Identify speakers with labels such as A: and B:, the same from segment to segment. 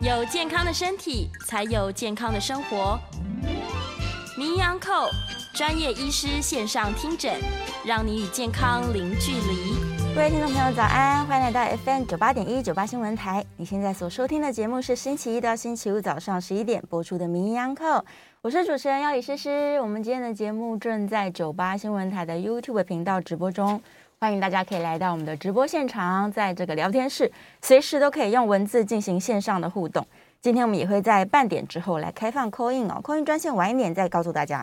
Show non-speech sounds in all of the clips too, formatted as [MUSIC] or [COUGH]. A: 有健康的身体，才有健康的生活。名扬寇专业医师线上听诊，让你与健康零距离。
B: 各位听众朋友，早安！欢迎来到 FM 九八点一九八新闻台。你现在所收听的节目是星期一到星期五早上十一点播出的《名医央叩》，我是主持人要李诗诗。我们今天的节目正在九八新闻台的 YouTube 频道直播中，欢迎大家可以来到我们的直播现场，在这个聊天室，随时都可以用文字进行线上的互动。今天我们也会在半点之后来开放 call in 哦，call in 专线晚一点再告诉大家。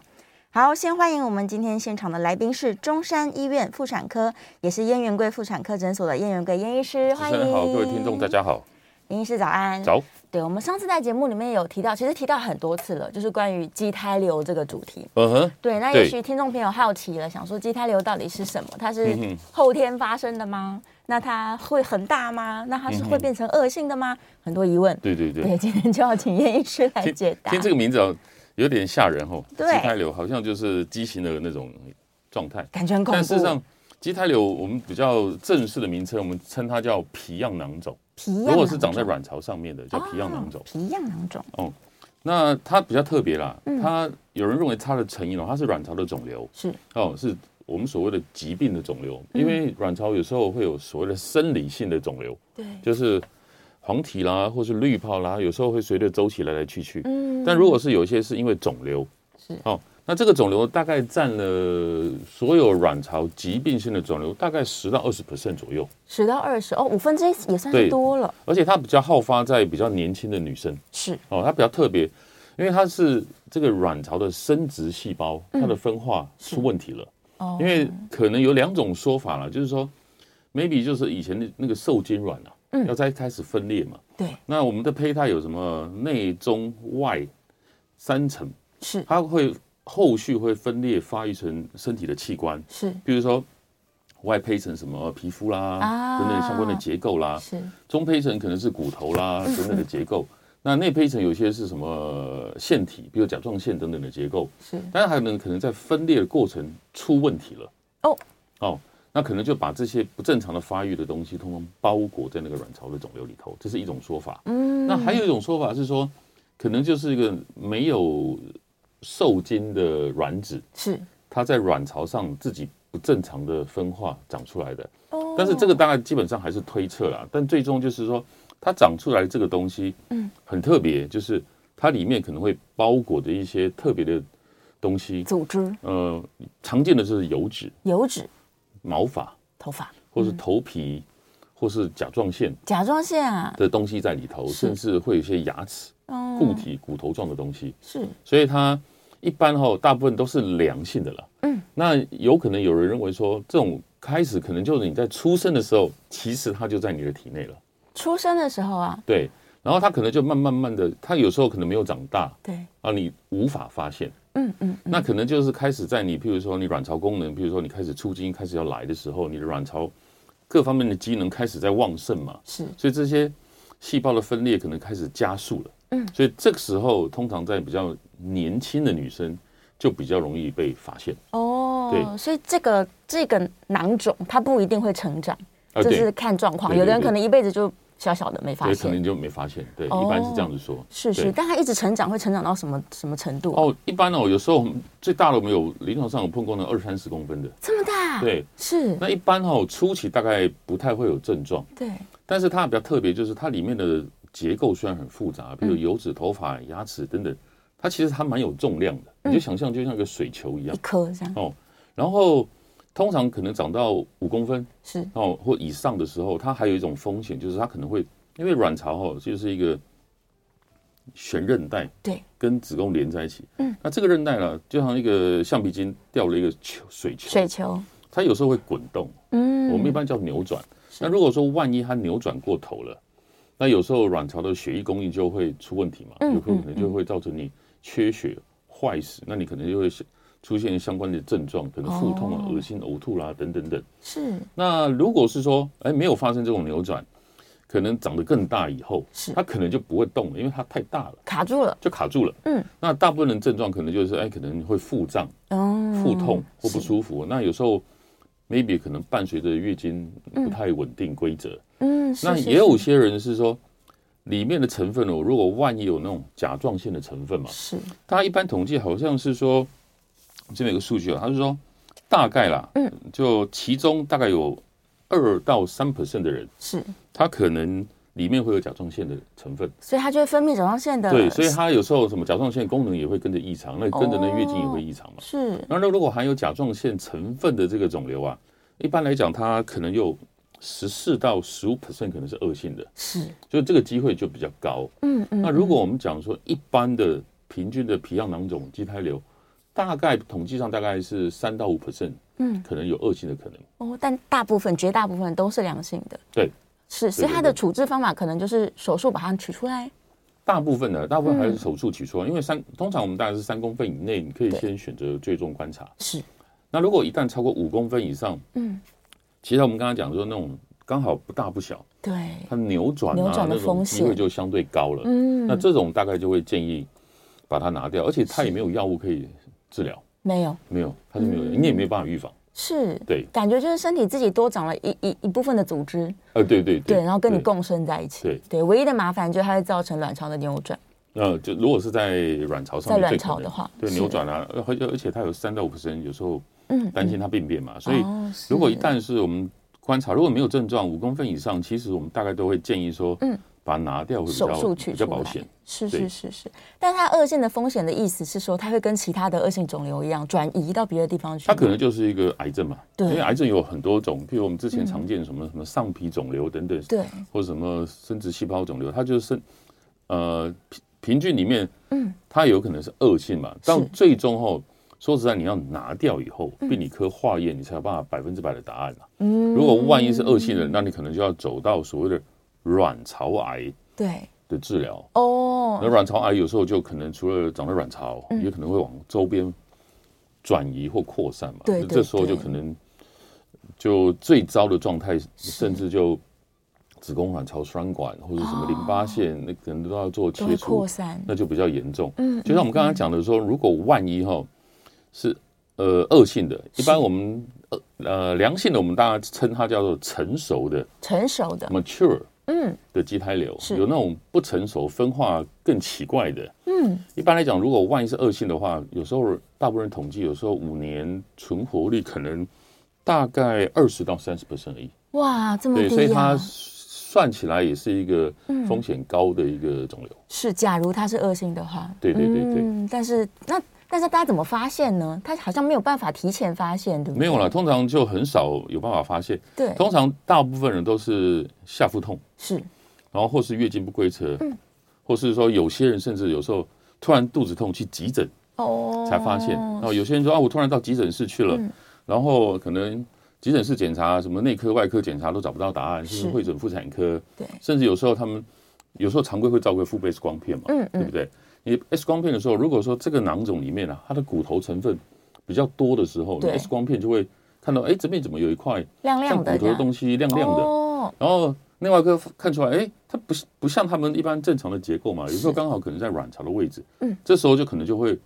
B: 好，先欢迎我们今天现场的来宾是中山医院妇产科，也是燕元贵妇产科诊所的燕元贵燕医师，
C: 主
B: 欢
C: 持
B: 迎。
C: 人好，各位听众大。家好，
B: 林医师早安。
C: 早。
B: 对，我们上次在节目里面有提到，其实提到很多次了，就是关于畸胎瘤这个主题。
C: 嗯哼，
B: 对，那
C: 对
B: 也许听众朋友好奇了，想说畸胎瘤到底是什么？它是
C: 嗯哼
B: 后天发生的吗？那它会很大吗？那它是会变成恶性的吗？很多疑问。
C: 嗯对对对，
B: 对，今天就要请燕医师来
C: 听
B: 解答。
C: 听这个名字啊，有点吓人哦。
B: 对
C: 畸胎瘤好像就是畸形的那种状态，
B: 感觉很恐怖。
C: 但事实上，畸胎瘤我们比较正式的名称，我们称它叫皮样囊肿。
B: 皮
C: 如
B: 样
C: 果是
B: 囊
C: 长在
B: 肿
C: 卵巢上面的，叫皮样囊肿
B: 哦。皮样囊肿，
C: 那它比较特别啦，
B: 嗯
C: 它有人认为它的成因哦，它是卵巢的肿瘤
B: 是
C: 哦，是我们所谓的疾病的肿瘤，因为卵巢有时候会有所谓的生理性的肿瘤，
B: 对，
C: 就是黄体啦，或是滤泡啦，有时候会随着周期来来去去。
B: 嗯
C: 但如果是有一些是因为肿瘤，
B: 是
C: 哦，那这个肿瘤大概占了所有卵巢疾病性的肿瘤大概十到二十 percent 左右，
B: 十到二十哦，五分之一也算是
C: 对
B: 多了，
C: 而且它比较好发在比较年轻的女生
B: 是
C: 哦，它比较特别，因为它是这个卵巢的生殖细胞它的分化出问题了，
B: 哦
C: 因为可能有两种说法了，就是说 maybe 就是以前的那个受精卵啊，
B: 嗯
C: 要再开始分裂嘛，
B: 对
C: 那我们的胚胎有什么内中外三层？
B: 是
C: 它会后续会分裂发育成身体的器官，
B: 是
C: 比如说外胚层什么皮肤啦、
B: 啊
C: 等等相关的结构啦，
B: 是
C: 中胚层可能是骨头啦等等的结构。那内胚层有些是什么腺体，比如甲状腺等等的结构，
B: 是
C: 但是还能可能在分裂的过程出问题了。
B: 哦
C: 哦，那可能就把这些不正常的发育的东西，通通包裹在那个卵巢的肿瘤里头，这是一种说法。
B: 嗯
C: 那还有一种说法是说，可能就是一个没有受精的卵子，
B: 是
C: 它在卵巢上自己不正常的分化长出来的。
B: 哦
C: 但是这个大概基本上还是推测啦，但最终就是说，它长出来这个东西，
B: 嗯，
C: 很特别，就是它里面可能会包裹着一些特别的东西，
B: 组织
C: 呃，常见的就是油脂、
B: 油脂、
C: 毛发，
B: 头发、
C: 或是头皮，或是甲状腺
B: 甲状腺啊，
C: 的东西在里头，
B: 是
C: 甚至会有一些牙齿、
B: 嗯
C: 固体、骨头状的东西。
B: 是
C: 所以它一般哈、大部分都是良性的了。
B: 嗯，
C: 那有可能有人认为说，这种开始可能就是你在出生的时候，其实它就在你的体内了。
B: 出生的时候啊，
C: 对，然后它可能就慢慢慢的，它有时候可能没有长大
B: 对，
C: 啊，你无法发现。
B: 嗯嗯，
C: 那可能就是开始在你，譬如说你卵巢功能，譬如说你开始出精开始要来的时候，你的卵巢各方面的机能开始在旺盛嘛，
B: 是
C: 所以这些细胞的分裂可能开始加速了。
B: 嗯，
C: 所以这个时候通常在比较年轻的女生就比较容易被发现。
B: 哦，
C: 对
B: 所以这个这个囊肿它不一定会成长，
C: 啊
B: 这是
C: 对，
B: 看状况，
C: 对对
B: 有的人
C: 对
B: 可能一辈子就小小的没发
C: 对，可能
B: 现，
C: 你就没发现。对，
B: 哦
C: 一般是这样子说。
B: 是是，
C: 对
B: 但它一直成长会成长到什么什么程度？啊
C: 哦，一般哦，有时候我们最大的我们有临床上有碰过那二三十公分的，
B: 这么大，，
C: 对。
B: 是，
C: 那一般哦，初期大概不太会有症状，
B: 对，
C: 但是它比较特别，就是它里面的结构虽然很复
B: 嗯
C: 杂，比如油脂、头发、牙齿等等，它其实它蛮有重量的，
B: 嗯
C: 你就想象就像个水球一样
B: 一。颗这样，
C: 哦，然后通常可能长到五公分
B: 是
C: 哦或以上的时候，它还有一种风险，就是它可能会因为卵巢哦就是一个悬韧带
B: 对，
C: 跟子宫连在一起，嗯，那这个韧带呢，就像一个橡皮筋掉了一个球水球，
B: 水球，
C: 它有时候会滚动。
B: 嗯，
C: 我们一般叫扭转。
B: 是
C: 那如果说万一它扭转过头了，那有时候卵巢的血液供应就会出问题嘛，
B: 嗯
C: 有可
B: 嗯
C: 能就会造成你缺血、坏死，那你可能就会出现相关的症状，可能腹痛啊、
B: 哦
C: 恶心、呕吐啦、等等等。
B: 是
C: 那如果是说，哎，没有发生这种扭转，可能长得更大以后，
B: 是
C: 它可能就不会动了，因为它太大了，
B: 卡住了，
C: 就卡住了。
B: 嗯，
C: 那大部分人症状可能就是，哎，可能会腹胀、
B: 哦，
C: 腹痛或不
B: 是
C: 舒服。那有时候 maybe 可能伴随着月经不太稳定规则。
B: 嗯嗯，是
C: 那
B: 是
C: 也有
B: 是
C: 些人是说，里面的成分哦，如果万一有那种甲状腺的成分嘛，
B: 是，
C: 大家一般统计好像是说，这边有个数据啊，他是说大概啦，
B: 嗯，
C: 就其中大概有二到三 percent 的人，
B: 是，
C: 他可能里面会有甲状腺的成分，
B: 所以它就会分泌甲状腺的，
C: 对，所以他有时候什么甲状腺功能也会跟着异常，那跟着那月经也会异常嘛。
B: 是
C: 然后如果含有甲状腺成分的这个肿瘤啊，一般来讲它可能有十四到十五 percent 可能是恶性的，
B: 是，
C: 所以这个机会就比较高。
B: 嗯嗯，
C: 那如果我们讲说一般的平均的皮样囊肿、畸胎瘤，大概统计上大概是三到五 percent，
B: 嗯
C: 可能有恶性的可能。
B: 哦，但大部分绝大部分都是良性的，
C: 对，
B: 是，所以
C: 对
B: 它的
C: 对
B: 处置方法可能就是手术把它取出来，
C: 大部分呢，大部分还
B: 嗯
C: 是手术取出来，因为三通常我们大概是三公分以内，你可以
B: 对
C: 先选择最终观察。
B: 是，
C: 那如果一旦超过五公分以上，
B: 嗯，
C: 其实我们刚刚讲说那种刚好不大不小，
B: 对，
C: 它扭转
B: 扭
C: 啊
B: 转的
C: 那种
B: 风
C: 机会
B: 险
C: 就相对高了。
B: 嗯，
C: 那这种大概就会建议把它拿掉，而且它也没有药物可以治疗，
B: 没有，
C: 没有，它是没有
B: 嗯
C: 药，你也没有办法预防。
B: 是，
C: 对，
B: 感觉就是身体自己多长了一一一部分的组织，
C: 呃，对对
B: 对，然后跟你
C: 对
B: 共生在一起，
C: 对
B: 唯一的麻烦就是它会造成卵巢的扭转，
C: 呃，就如果是在卵巢上
B: 在
C: 面，
B: 卵
C: 最可
B: 巢
C: 能
B: 的话
C: 对
B: 是
C: 扭转啊，而而且而且它有三到五 percent，有时候
B: 嗯，
C: 担心
B: 嗯，
C: 它病变嘛，所以
B: 哦
C: 如果
B: 是
C: 一旦是我们观察，如果没有症状五公分以上，其实我们大概都会建议说，
B: 嗯，
C: 把它拿掉会比
B: 手
C: 较
B: 术取
C: 比较
B: 出
C: 保
B: 来
C: 险。，
B: 是
C: 对
B: 是是是，但它恶性的风险的意思是说，它会跟其他的恶性肿瘤一样转移到别的地方去吗，
C: 它可能就是一个癌症嘛，
B: 对嗯
C: 因为癌症有很多种，譬如我们之前常见什么、什么上皮肿瘤等等，
B: 对，
C: 或者什么生殖细胞肿瘤，它就是生呃平平均里面，
B: 嗯，
C: 它有可能是恶性嘛，但最终后说实在，你要拿掉以后，病理科化验你才有办法百分之百的答案、啊、
B: 嗯
C: 如果万一是恶性的，那你可能就要走到所谓的卵巢癌
B: 对
C: 的治疗。那
B: 哦，
C: 卵巢啊癌有时候就可能除了长在卵巢，
B: 嗯
C: 也可能会往周边转移或扩散嘛。
B: 对
C: 那
B: 对
C: 这时候就
B: 对
C: 可能就最糟的状态，甚至就子宫、卵巢、输卵管或者什么淋巴腺，那可能都要做
B: 哦都
C: 切
B: 会
C: 除
B: 扩，散，
C: 那就比较严重。
B: 嗯，
C: 就像我们刚刚讲的说，如果万一哈是呃恶性的，一般
B: 是
C: 我们呃呃良性的，我们大家称它叫做成熟的
B: 成熟的，
C: mature
B: 嗯
C: 的畸胎瘤，
B: 是
C: 有那种不成熟分化更奇怪的。
B: 嗯，
C: 一般来讲，如果万一是恶性的话，有时候大部分人统计，有时候五年存活率可能大概二十到三十 percent 而已。
B: 哇，这么
C: 对，所以
B: 低
C: 它
B: 啊！
C: 算起来也是一个风险高的一个肿瘤。
B: 是，假如它是恶性的话，
C: 对对对对，
B: 嗯，但是那但是大家怎么发现呢？它好像没有办法提前发现，对不对？
C: 没有啦，通常就很少有办法发现。
B: 对，
C: 通常大部分人都是下腹痛，
B: 是
C: 然后或是月经不规则，
B: 嗯
C: 或是说有些人甚至有时候突然肚子痛去急诊。
B: 哦，嗯
C: 才发现。然后有些人说啊，我突然到急诊室去了，然后可能急诊室检查什么内科、外科检查都找不到答案，
B: 是
C: 甚至会诊妇产科，
B: 对，
C: 甚至有时候他们有时候常规会照个腹部 X 光片嘛，
B: 嗯嗯
C: 对不对？你 X 光片的时候，如果说这个囊肿里面啊，它的骨头成分比较多的时候，你
B: 对
C: X 光片就会看到，哎，这边怎么有一块
B: 亮
C: 像
B: 亮
C: 骨
B: 的
C: 头的东西亮
B: 这
C: 亮
B: 样
C: 的？
B: 哦，
C: 然后内外科看出来，哎，它不是不像他们一般正常的结构嘛，有时候刚好可能在卵巢的位置，
B: 嗯，
C: 这时候就可能就会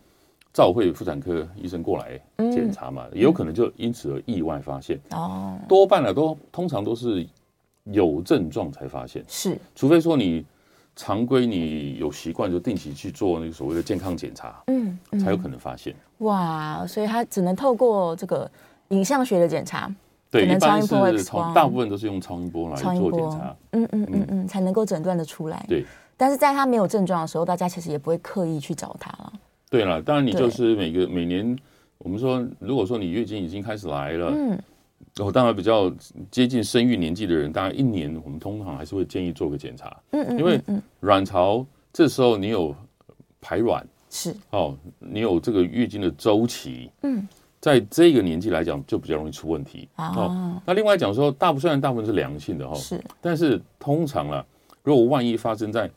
C: 召会妇产科医生过来
B: 嗯
C: 检查嘛，也有可能就因此而意外发现，
B: 哦，
C: 多半呢都通常都是有症状才发现，
B: 是
C: 除非说你常规你有习惯就定期去做那个所谓的健康检查，
B: 嗯嗯
C: 才有可能发现。
B: 哇，所以它只能透过这个影像学的检查，
C: 对，
B: 可能
C: 一般
B: 超音波
C: 是
B: X 光
C: 从大部分都是用超音波来
B: 超音
C: 做检
B: 波
C: 查，，
B: 嗯嗯嗯嗯，才能够诊断的出来。
C: 对。
B: 但是在它没有症状的时候，大家其实也不会刻意去找它了。
C: 对了，当然你
B: 对
C: 就是每个每年，我们说，如果说你月经已经开始来了，
B: 嗯，
C: 我、当然比较接近生育年纪的人，大概一年我们通常还是会建议做个检查，
B: 嗯嗯，
C: 因为
B: 嗯嗯
C: 卵巢这时候你有排卵
B: 是
C: 哦，你有这个月经的周期，
B: 嗯，
C: 在这个年纪来讲就比较容易出问题哦。
B: 啊，
C: 那另外讲说，大部虽然大部分是良性的哈、哦，
B: 是
C: 但是通常啊，如果万一发生在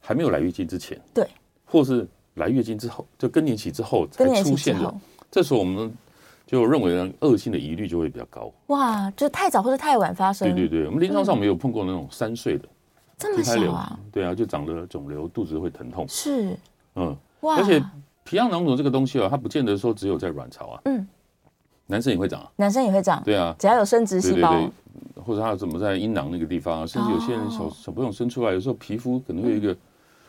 C: 还没有来月经之前，
B: 对，
C: 或是来月经之后，就更年期之后才
B: 更年期
C: 出
B: 之
C: 现的
B: 后，，
C: 这时候我们就认为呢，恶性的疑虑就会比较高。
B: 哇，就太早或者太晚发生，
C: 对对对，我们临床上我们有碰过那种三岁的
B: 这
C: 畸
B: 么
C: 胎
B: 小
C: 瘤
B: 啊，，
C: 对啊，就长了肿瘤，肚子会疼痛，
B: 是
C: 嗯，
B: 哇，
C: 而且皮样囊肿这个东西啊，它不见得说只有在卵巢啊，
B: 嗯，
C: 男生也会长啊，
B: 男生也会长，
C: 对啊，
B: 只要有生殖
C: 对
B: 细
C: 对
B: 胞，
C: 对，或者他怎么在阴囊那个地方啊，甚至有些人小
B: 哦嗯
C: 小朋友生出来，有时候皮肤可能会有一个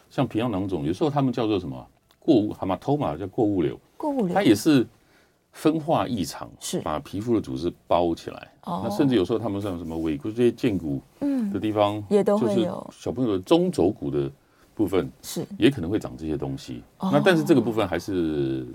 C: 像皮样囊肿，有时候他们叫做什么过物蛤蟆头嘛，叫过物瘤，
B: 过物流
C: 它也是分化异常，
B: 是
C: 把皮肤的组织包起来。
B: 哦
C: 那甚至有时候他们像什么尾骨这些胫骨
B: 嗯
C: 的地方，
B: 也都
C: 就
B: 会
C: 是
B: 有
C: 小朋友的中轴骨的部分
B: 是
C: 也可能会长这些东西。
B: 哦
C: 那但是这个部分还是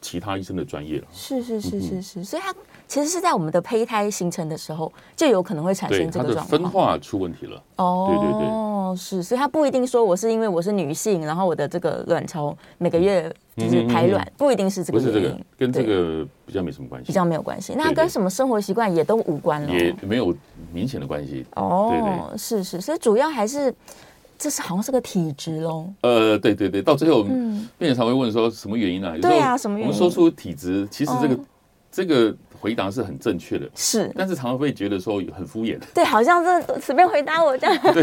C: 其他医生的专业了。
B: 是是是
C: 嗯
B: 是是，所以它其实是在我们的胚胎形成的时候就有可能会产
C: 对，
B: 生这
C: 它
B: 个
C: 的
B: 状
C: 分
B: 况。
C: 化出问题了。
B: 哦，
C: 对对
B: 是，所以它不一定说我是因为我是女性，然后我的这个卵巢每个月就是排卵，
C: 嗯
B: 不一定是这个
C: 不
B: 原
C: 是
B: 因，
C: 这个，跟这
B: 对
C: 个比较没什么关系，
B: 比较没有关系。那它
C: 对对
B: 跟什么生活习惯也都无关了。
C: 也没有明显的关系。
B: 哦，是是，所以主要还是这是好像是个体质喽。
C: 呃，对对对，到最后
B: 嗯，
C: 病人常会问说什么原因啊？有时候
B: 对啊什么原因
C: 我们说出体质，其实这个
B: 嗯
C: 这个回答是很正确的，
B: 是
C: 但是常常会觉得说很敷衍。 [LAUGHS]
B: 对，好像这随便回答我这样。
C: 对，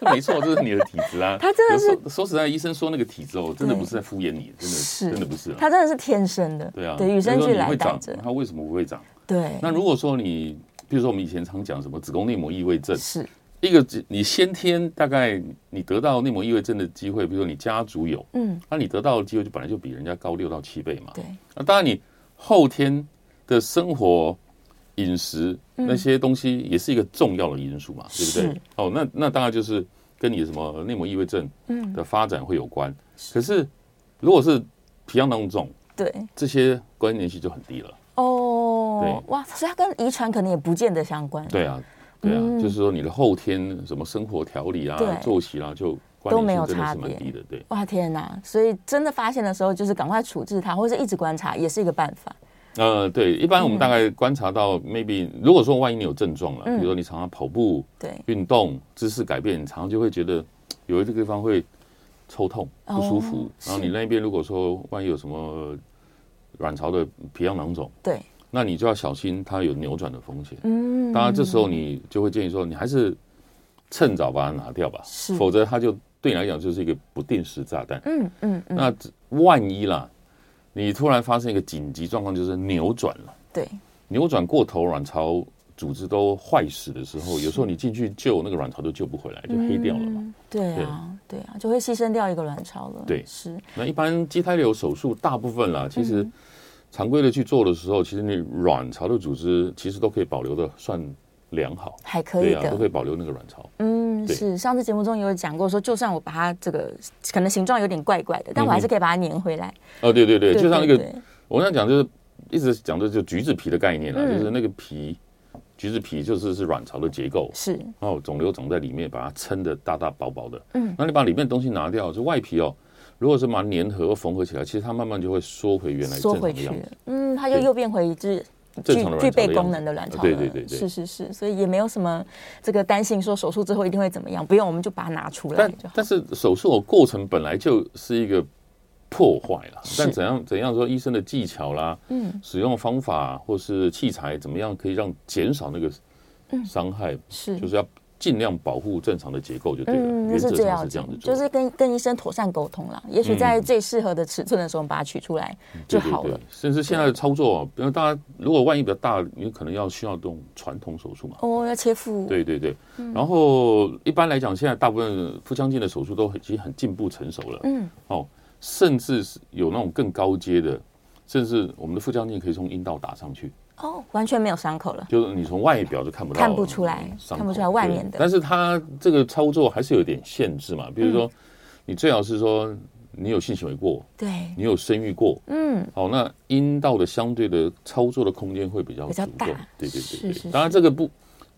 C: 这没错，这是你的体质啊。
B: [LAUGHS] 他真的是
C: 有时候说实在，医生说那个体质哦，真的
B: 对
C: 不是在敷衍你，真
B: 是
C: 的真的不是啊。
B: 它真的是天生的，
C: 对啊，
B: 对，与生
C: 比如
B: 俱
C: 说你
B: 来
C: 会
B: 带
C: 长
B: 着，，
C: 它为什么不会长？
B: 对，
C: 那如果说你，比如说我们以前常讲什么子宫内膜异位症，
B: 是
C: 一个只你先天大概你得到内膜异位症的机会，比如说你家族有，
B: 嗯，
C: 那你得到的机会就本来就比人家高六到七倍嘛。
B: 对，
C: 那当然你后天的生活、饮食那些东西也是一个重要的因素嘛，对
B: 嗯
C: 不
B: 是
C: 对？哦，那那当然就是跟你什么内膜异位症
B: 嗯
C: 的发展会有关。可是如果是皮样囊肿，
B: 对，
C: 这些关联性就很低了。
B: 哦，
C: 对
B: 哇，所以它跟遗传可能也不见得相关，
C: 对啊，对啊，
B: 嗯
C: 就是说你的后天什么生活调理啊
B: 对、
C: 作息啊，就关
B: 都没
C: 联
B: 有
C: 性真的
B: 差
C: 是蛮
B: 别
C: 低的，对。
B: 哇天哪！所以真的发现的时候，就是赶快处置它，或者一直观察，也是一个办法。
C: 呃，对，一般我们大概观察到，maybe 如果说万一你有症状
B: 嗯
C: 了，比如说你常常跑步、
B: 对，
C: 运动、姿势改变，你常常就会觉得嘖有一个地方会抽痛、
B: 哦
C: 不舒服，然后
B: 是
C: 你那边如果说万一有什么卵巢的皮样囊肿，
B: 对，
C: 那你就要小心它有扭转的风险。
B: 嗯，
C: 当然，这时候你就会建议说，你还是趁早把它拿掉吧
B: 是，
C: 否则它就对你来讲就是一个不定时炸弹。
B: 嗯嗯嗯，
C: 那只万一啦，你突然发生一个紧急状况，就是扭转了。
B: 对，
C: 扭转过头，卵巢组织都坏死的时候，有时候你进去救那个卵巢都救不回来，就黑掉了嘛。
B: 嗯。对啊，对啊，就会牺牲掉一个卵巢了。
C: 对
B: 是，
C: 那一般畸胎瘤手术大部分
B: 嗯
C: 啦，其实常规的去做的时候，其实你卵巢的组织其实都可以保留的算良好，
B: 还可以
C: 对啊，
B: 的
C: 都。可以保留那个卵巢。
B: 嗯，
C: 对
B: 是上次节目中也有讲过说就算我把它这个可能形状有点怪怪的，但我还是可以把它粘回来。
C: 哦，对对嗯对，就像那个
B: 对
C: 我刚才讲，就是一直讲的就橘子皮的概念啦，
B: 嗯
C: 就是那个皮。橘子皮就是是卵巢的结构，
B: 是
C: 然后哦肿瘤长在里面，把它撑得大大薄薄的。
B: 嗯，
C: 那你把里面的东西拿掉，这外皮哦，如果是把它粘合缝合起来，其实它慢慢就会缩回原来正
B: 缩
C: 常的
B: 回去
C: 样子。，
B: 嗯，它就
C: 对
B: 又变回一只
C: 正
B: 具
C: 常的
B: 具
C: 卵巢的
B: 备功
C: 样
B: 能
C: 子
B: 的卵巢了。
C: 对对对对
B: 是是是，所以也没有什么这个担心说手术之后一定会怎么样，不用，我们就把它拿出来
C: 但
B: 就好。
C: 但是手术的过程本来就是一个破坏了，
B: 是
C: 但怎样怎样说医生的技巧啦，
B: 嗯，
C: 使用方法或是器材怎么样可以让减少那个
B: 嗯
C: 伤害，
B: 是
C: 就是要尽量保护正常的结构就对了。
B: 嗯，那
C: 原
B: 是
C: 则
B: 最
C: 上
B: 要
C: 是这
B: 紧
C: 样子，做
B: 就
C: 的。嗯
B: 是跟跟医生妥善沟通啦。也许在最适合的尺寸的时候，我们把它取出来就好
C: 对对
B: 了
C: 对。甚至现在的操作、啊，比如大家如果万一比较大，你可能要需要这种传统手术嘛。
B: 哦，嗯要切腹，
C: 对对对，然后一般来讲，现在大部分腹腔镜的手术都很已经很进步成熟了，
B: 嗯，
C: 哦，甚至是有那种更高阶的，甚至我们的腹腔镜可以从阴道打上去，
B: 哦，完全没有伤口了。
C: 就是你从外表就看不到，
B: 看不出来
C: 嗯伤口
B: 看不出来外面的
C: 对但是它这个操作还是有点限制嘛，比如
B: 嗯
C: 说你最好是说你有性行为过，
B: 对，
C: 你有生育过，
B: 嗯，
C: 哦，那阴道的相对的操作的空间会比较
B: 比较
C: 足
B: 大
C: 够对对
B: 是
C: 对对。
B: 是嗯
C: 当然，这个不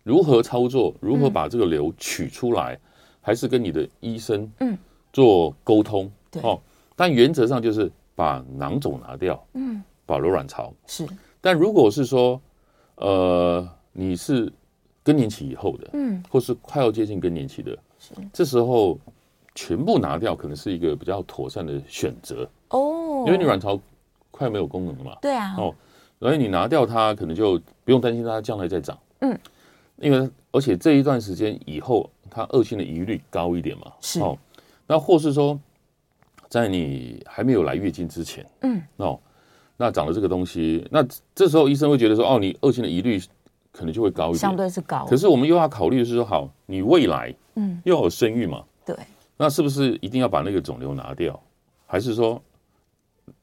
C: 如何操作，如何把这个瘤取出来，还是跟你的医生
B: 嗯
C: 做沟通
B: 对
C: 哦。但原则上就是把囊肿拿掉，
B: 嗯，
C: 保留卵巢。
B: 是，
C: 但如果是说，呃，你是更年期以后的，
B: 嗯，
C: 或是快要接近更年期的，
B: 是
C: 这时候全部拿掉可能是一个比较妥善的选择，
B: 哦，
C: 因为你卵巢快没有功能了嘛。
B: 对啊，
C: 哦所以你拿掉它，可能就不用担心它将来再长。
B: 嗯，
C: 因为而且这一段时间以后，它恶性的疑虑高一点嘛。
B: 是
C: 哦，那或是说，在你还没有来月经之前，
B: 嗯，
C: 哦，那长了这个东西，那这时候医生会觉得说，哦，你恶性的疑虑可能就会高一
B: 相
C: 点。
B: 对是高，
C: 可是我们又要考虑的是说，好，你未来
B: 嗯，
C: 又要有生育嘛，
B: 对，
C: 那是不是一定要把那个肿瘤拿掉？还是说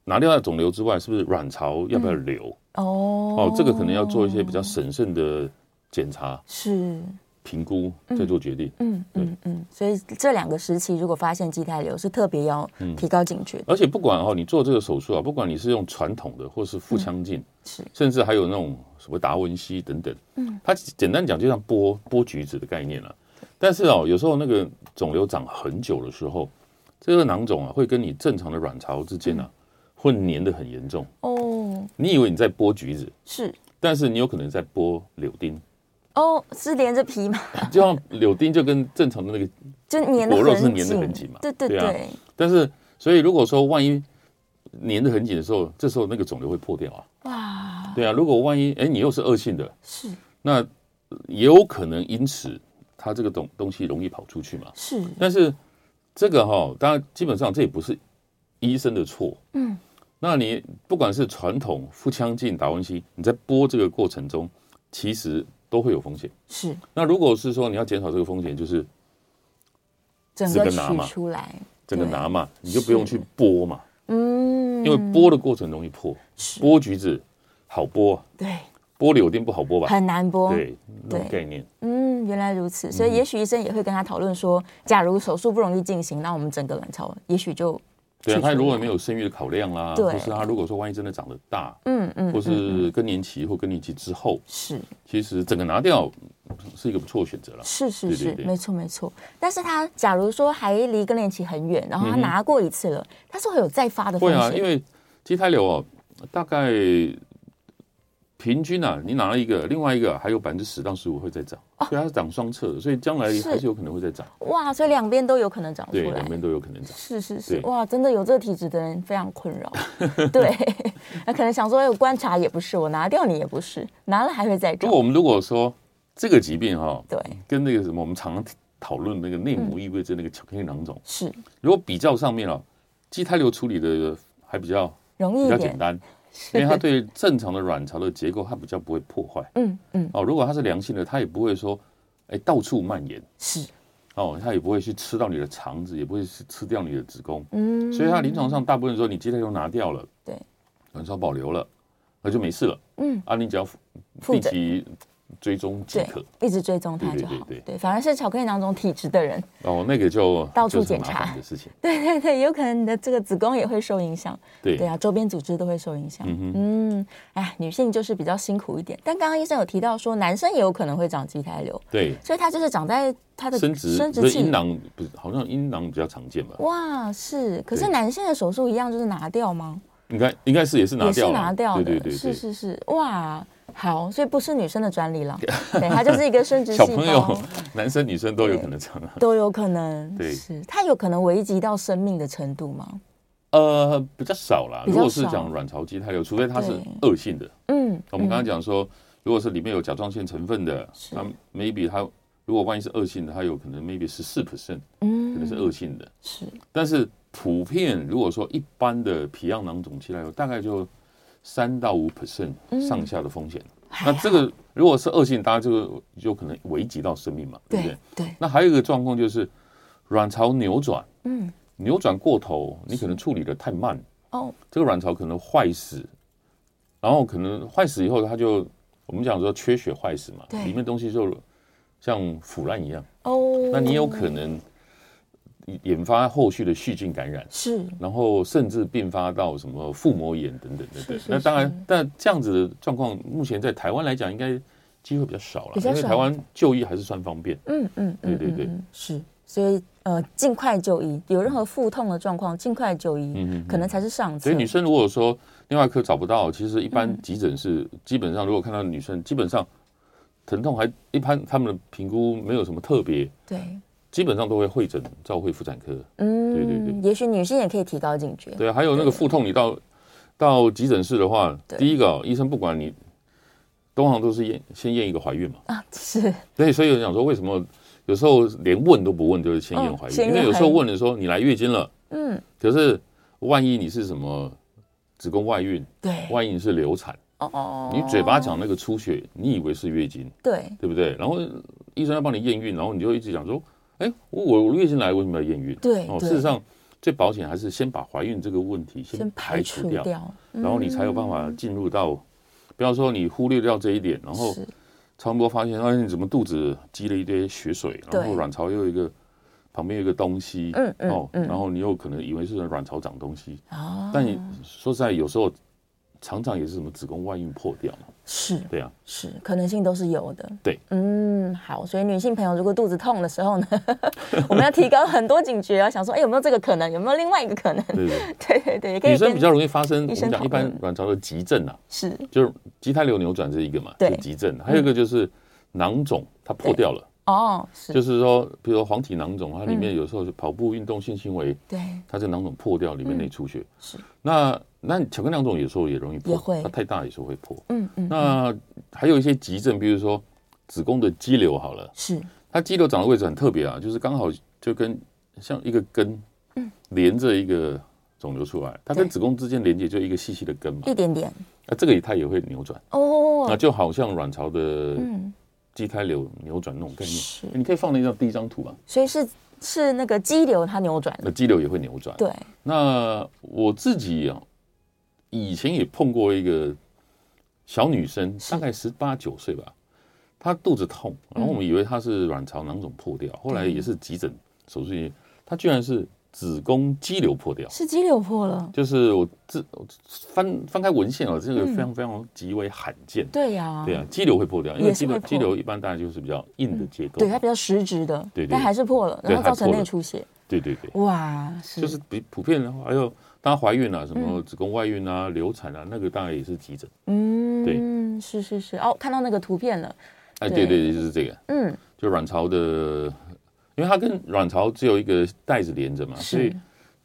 C: 拿掉那肿瘤之外，是不是卵巢要不要留？
B: 哦
C: 哦，这个可能要做一些比较审慎的检查、
B: 是，
C: 评估，再做决定。
B: 嗯嗯嗯，所以这两个时期如果发现畸胎瘤，是特别要
C: 嗯
B: 提高警觉的，
C: 而且不管哦，你做这个手术啊，不管你是用传统的，或是腹腔镜，
B: 是
C: 甚至还有那种什么达文西等等，嗯，它简单讲就像剥剥橘子的概念了、但是哦，有时候那个肿瘤长很久的时候，这个囊肿啊会跟你正常的卵巢之间啊、
B: 嗯
C: 会粘得很严重。
B: 哦，
C: 你以为你在剥橘子，
B: 是
C: 但是你有可能在剥柳丁，
B: 哦，是连着皮吗？ [LAUGHS]
C: 就像柳丁就跟正常的那个
B: 就粘的
C: 果肉是
B: 很
C: 粘得很
B: 紧
C: 紧嘛
B: 对对
C: 对啊
B: 对，
C: 但是，所以如果说万一粘得很紧的时候，这时候那个肿瘤会破掉啊。
B: 哇，
C: 对啊，如果万一哎你又是恶性的，
B: 是
C: 那呃也有可能因此它这个东东西容易跑出去嘛。
B: 是，
C: 但是这个哈、当然基本上这也不是医生的错。
B: 嗯，
C: 那你不管是传统腹腔镜、达文西，你在剥这个过程中，其实都会有风险。
B: 是
C: 那如果是说你要减少这个风险，就是
B: 整个
C: 整个拿
B: 取
C: 嘛
B: 出来，
C: 整个
B: 对
C: 拿嘛，你就不用
B: 是
C: 去剥嘛，
B: 嗯，
C: 因为剥的过程容易破。
B: 是
C: 剥橘子好剥啊，
B: 对
C: 剥柳丁不好剥吧？
B: 很难剥，
C: 对，那种
B: 对
C: 概念。
B: 嗯，原来如此，所以也许医生也会跟他讨论说，假如手术不容易进行，那我们整个卵巢也许就
C: 对啊，
B: 取出
C: 他如果没
B: 来
C: 有生育的考量啦，
B: 对
C: 或是他如果说万一真的长得大，
B: 嗯嗯，
C: 或
B: 嗯嗯
C: 是更年期或更年期之后，
B: 是
C: 其实整个拿掉是一个不错的选择了。
B: 是是
C: 对对
B: 是，
C: 对
B: 没错没错。但是他假如说还离更年期很远，然后他
C: 嗯哼
B: 拿过一次了，他是会有再发的风
C: 会
B: 险，
C: 啊，因为畸胎瘤哦，大概平均啊，你拿了一个，另外一个还有百分之十到十五会再长，所以它是长双侧的，所以将来
B: 哦是
C: 还是有可能会再长，
B: 哇，所以两边都有可能长出
C: 对，
B: 来
C: 两。边都有可能长。
B: 是是是，
C: 对
B: 哇，真的有这个体质的人非常困扰。 [LAUGHS] 对，那可能想说，哎我观察也不是，我拿掉你也不是，拿了还会再
C: 如
B: 长
C: 果。我们如果说这个疾病哈、
B: 对，
C: 跟那个什么，我们常常讨论那个内膜异位症那个巧克力囊肿，
B: 是
C: 如果比较上面啊，畸胎瘤处理的还比较
B: 容易
C: 比
B: 一
C: 较简
B: 点。
C: 单，因为它对正常的卵巢的结构它比较不会破坏
B: 嗯嗯，
C: 哦。如果它是良性的，它也不会说哎到处蔓延
B: 是，
C: 哦，它也不会去吃到你的肠子，也不会去吃掉你的子宫，
B: 嗯，
C: 所以它临床上大部分说你畸胎瘤拿掉了，
B: 对，
C: 卵巢保留了，那就没事了。
B: 嗯，
C: 啊，你只要
B: 负
C: 定
B: 责
C: 期追踪即
B: 对
C: 可，
B: 一直追踪它
C: 对对
B: 就好。
C: 对对
B: 对，反而是巧克力囊肿体质的人， [LAUGHS]
C: 哦，那个就
B: 到处
C: 就是
B: 检
C: 很
B: 查
C: 麻烦的事情，
B: 对对对，有可能你的这个子宫也会受影响。
C: 对
B: 对啊，周边组织都会受影响。
C: 嗯哼
B: 嗯，哎，女性就是比较辛苦一点。但刚刚医生有提到说，男生也有可能会长畸胎瘤，
C: 对。
B: 所以它就是长在他的
C: 生殖
B: 生
C: 不
B: 殖
C: 是
B: 器
C: 阴。囊不是，好像阴囊比较常见吧？
B: 哇，是，可是
C: 对
B: 男性的手术一样就是拿掉吗？
C: 应该应该是也是拿
B: 也是
C: 掉了，啊
B: 拿掉的，
C: 对对对
B: 是
C: 对。
B: 是是，哇，好，所以不是女生的专
C: [LAUGHS]
B: 利了，对，它就是一个生殖
C: 小
B: 细
C: 朋
B: 胞
C: 友， [LAUGHS] 男生女生都有可能啊长。
B: 都有可能，
C: 对
B: 是它有可能危及到生命的程度吗？
C: 呃，比较少啦。
B: 比较
C: 如果是
B: 少
C: 讲卵巢畸胎瘤，除非它是
B: 对
C: 恶性的，哦
B: 嗯，
C: 我们刚刚
B: 嗯
C: 讲说，如果是里面有甲状腺成分的，那 maybe 它如果万一是恶性的，它有可能 maybe 十四 percent 可能是
B: 嗯
C: 恶性的。
B: 是
C: 但是普遍如果说一般的皮样囊肿期来有大概就三到五 percent 上下的风险。
B: 哎
C: 那这个如果是恶性，大家就有可能危及到生命嘛，对不对
B: 对？哎对，
C: 那还有一个状况就是卵巢扭转，
B: 嗯，
C: 扭转过头，你可能处理的太慢，
B: 哦，
C: 这个卵巢可能坏死，然后可能坏死以后，它就我们讲说缺血坏死嘛
B: 对，
C: 里面东西就像腐烂一样，
B: 哦，
C: 那你有可能引发后续的细菌感染。
B: 是
C: 然后甚至并发到什么腹膜炎等等等
B: 是
C: 等
B: 是。
C: 那当
B: 是
C: 然，但这样子的状况，目前在台湾来讲，应该机会比较少了，
B: 比较
C: 因为
B: 少
C: 台湾就医还是算方便。
B: 嗯嗯，嗯
C: 对对对
B: 嗯嗯是，所以呃，尽快就医，有任何腹痛的状况，尽快就医，
C: 嗯嗯嗯
B: 可能才是嗯上策。
C: 所以女生如果说另外一科找不到，其实一般急诊室基本上如果看到女生，基本上疼痛还一般他们的评估没有什么特别，
B: 对，
C: 基本上都会会诊照会妇产科。
B: 嗯，
C: 对对
B: 也许女性也可以提高警觉，
C: 对，啊还有那个腹痛，你到到急诊室的话，
B: 对
C: 第一个哦医生不管你，通常都是验先验一个怀孕嘛。
B: 啊，是
C: 所以所以有人讲说为什么有时候连问都不问，就是先
B: 嗯
C: 验怀孕，
B: 先
C: 因
B: 验
C: 为有时候
B: 怀孕
C: 问的时候你来月经了，
B: 嗯，
C: 可是万一你是什么子宫外孕，
B: 对，
C: 万一你是流产。
B: 哦哦，
C: 你嘴巴讲那个出血，你以为是月经，
B: 对，
C: 对不对？然后医生要帮你验孕，然后你就一直讲说，哎，我我我月经来为什么要验孕？
B: 对
C: 哦，
B: 对
C: 事实上最保险还是先把怀孕这个问题
B: 先排
C: 排除
B: 除
C: 掉，
B: 掉，嗯
C: 然后你才有办法进入到，不要说你忽略掉这一点，然后
B: 是
C: 超声波发现，哎，你怎么肚子积了一堆血水，然
B: 对
C: 后卵巢又有一个旁边有一个东西，
B: 嗯嗯
C: 哦，
B: 嗯
C: 然后你有可能以为是卵巢长东西，
B: 哦，
C: 但你说实在，有时候常常也是什么子宫外孕破掉嘛，
B: 是
C: 对
B: [LAUGHS]
C: 啊，
B: 是，可能性都是有的。
C: 对，
B: 嗯，好，所以女性朋友如果肚子痛的时候呢， [LAUGHS] 我们要提高很多警觉啊，想说，哎、有没有这个可能？有没有另外一个可能？ [LAUGHS]
C: 对不对？
B: 对对对，也可以
C: 女生
B: 跟
C: 比较容易发生，我
B: 医
C: 们
B: 生
C: 讲一
B: 讨论
C: 般卵巢的急症啊，
B: 是
C: 就是畸胎瘤扭转是一个嘛，
B: 对
C: 就急症，还有一个就是囊肿它破掉了，
B: 哦，是，
C: 就是说，比如说黄体囊肿，它里
B: 嗯
C: 面有时候是跑步运动性行为。
B: 对，
C: 它这囊肿破掉，里
B: 嗯
C: 面内出血。
B: 是，
C: 那那巧克力囊肿有时候也容易破，
B: 也会
C: 它太大也是会破。
B: 嗯嗯，
C: 那还有一些急症，比如说子宫的肌瘤好了，
B: 是
C: 它肌瘤长的位置很特别啊，就是刚好就跟像一个根，连着一个肿瘤出来，它跟
B: 嗯对
C: 子宫之间连接就一个细细的根嘛，
B: 一点点
C: 那这个也它也会扭转，那
B: 哦，
C: 就好像卵巢的
B: 嗯，
C: 畸胎瘤扭转那种概念。
B: 是，
C: 你可以放那张第一张图啊，
B: 所以是是那个肌瘤它扭转了，
C: 那肌瘤也会扭转。
B: 对，
C: 那我自己啊，以前也碰过一个小女生，
B: 是
C: 大概十八九岁吧，她肚子痛，然
B: 嗯
C: 后我们以为她是卵巢囊肿破掉，后来也是急诊手术医院，她居然是子宫肌瘤破掉。
B: 是肌瘤破了，
C: 就是我自我翻翻开文献啊，
B: 嗯
C: 这个非常非常极为罕见。
B: 对呀、
C: 对啊，肌瘤会破掉，因为
B: 哦也是
C: 肌瘤
B: 会破嗯
C: 肌瘤一般大概就是比较硬的结构。
B: 对，它比较实质的，
C: 对对
B: 但还是破了，
C: 对
B: 然后造
C: 还
B: 成
C: 破
B: 内
C: 了
B: 出血，
C: 对对
B: 哦
C: 对，
B: 哇，是
C: 就是比普遍的话，还有大家怀孕啊，什么子宫外孕啊、流产啊，那个当然也是急诊。
B: 嗯，是是是，哦，看到那个图片了，
C: 哎，
B: 对
C: 对对对，就是这个，
B: 嗯，
C: 就卵巢的，因为它跟卵巢只有一个带子连着嘛，所以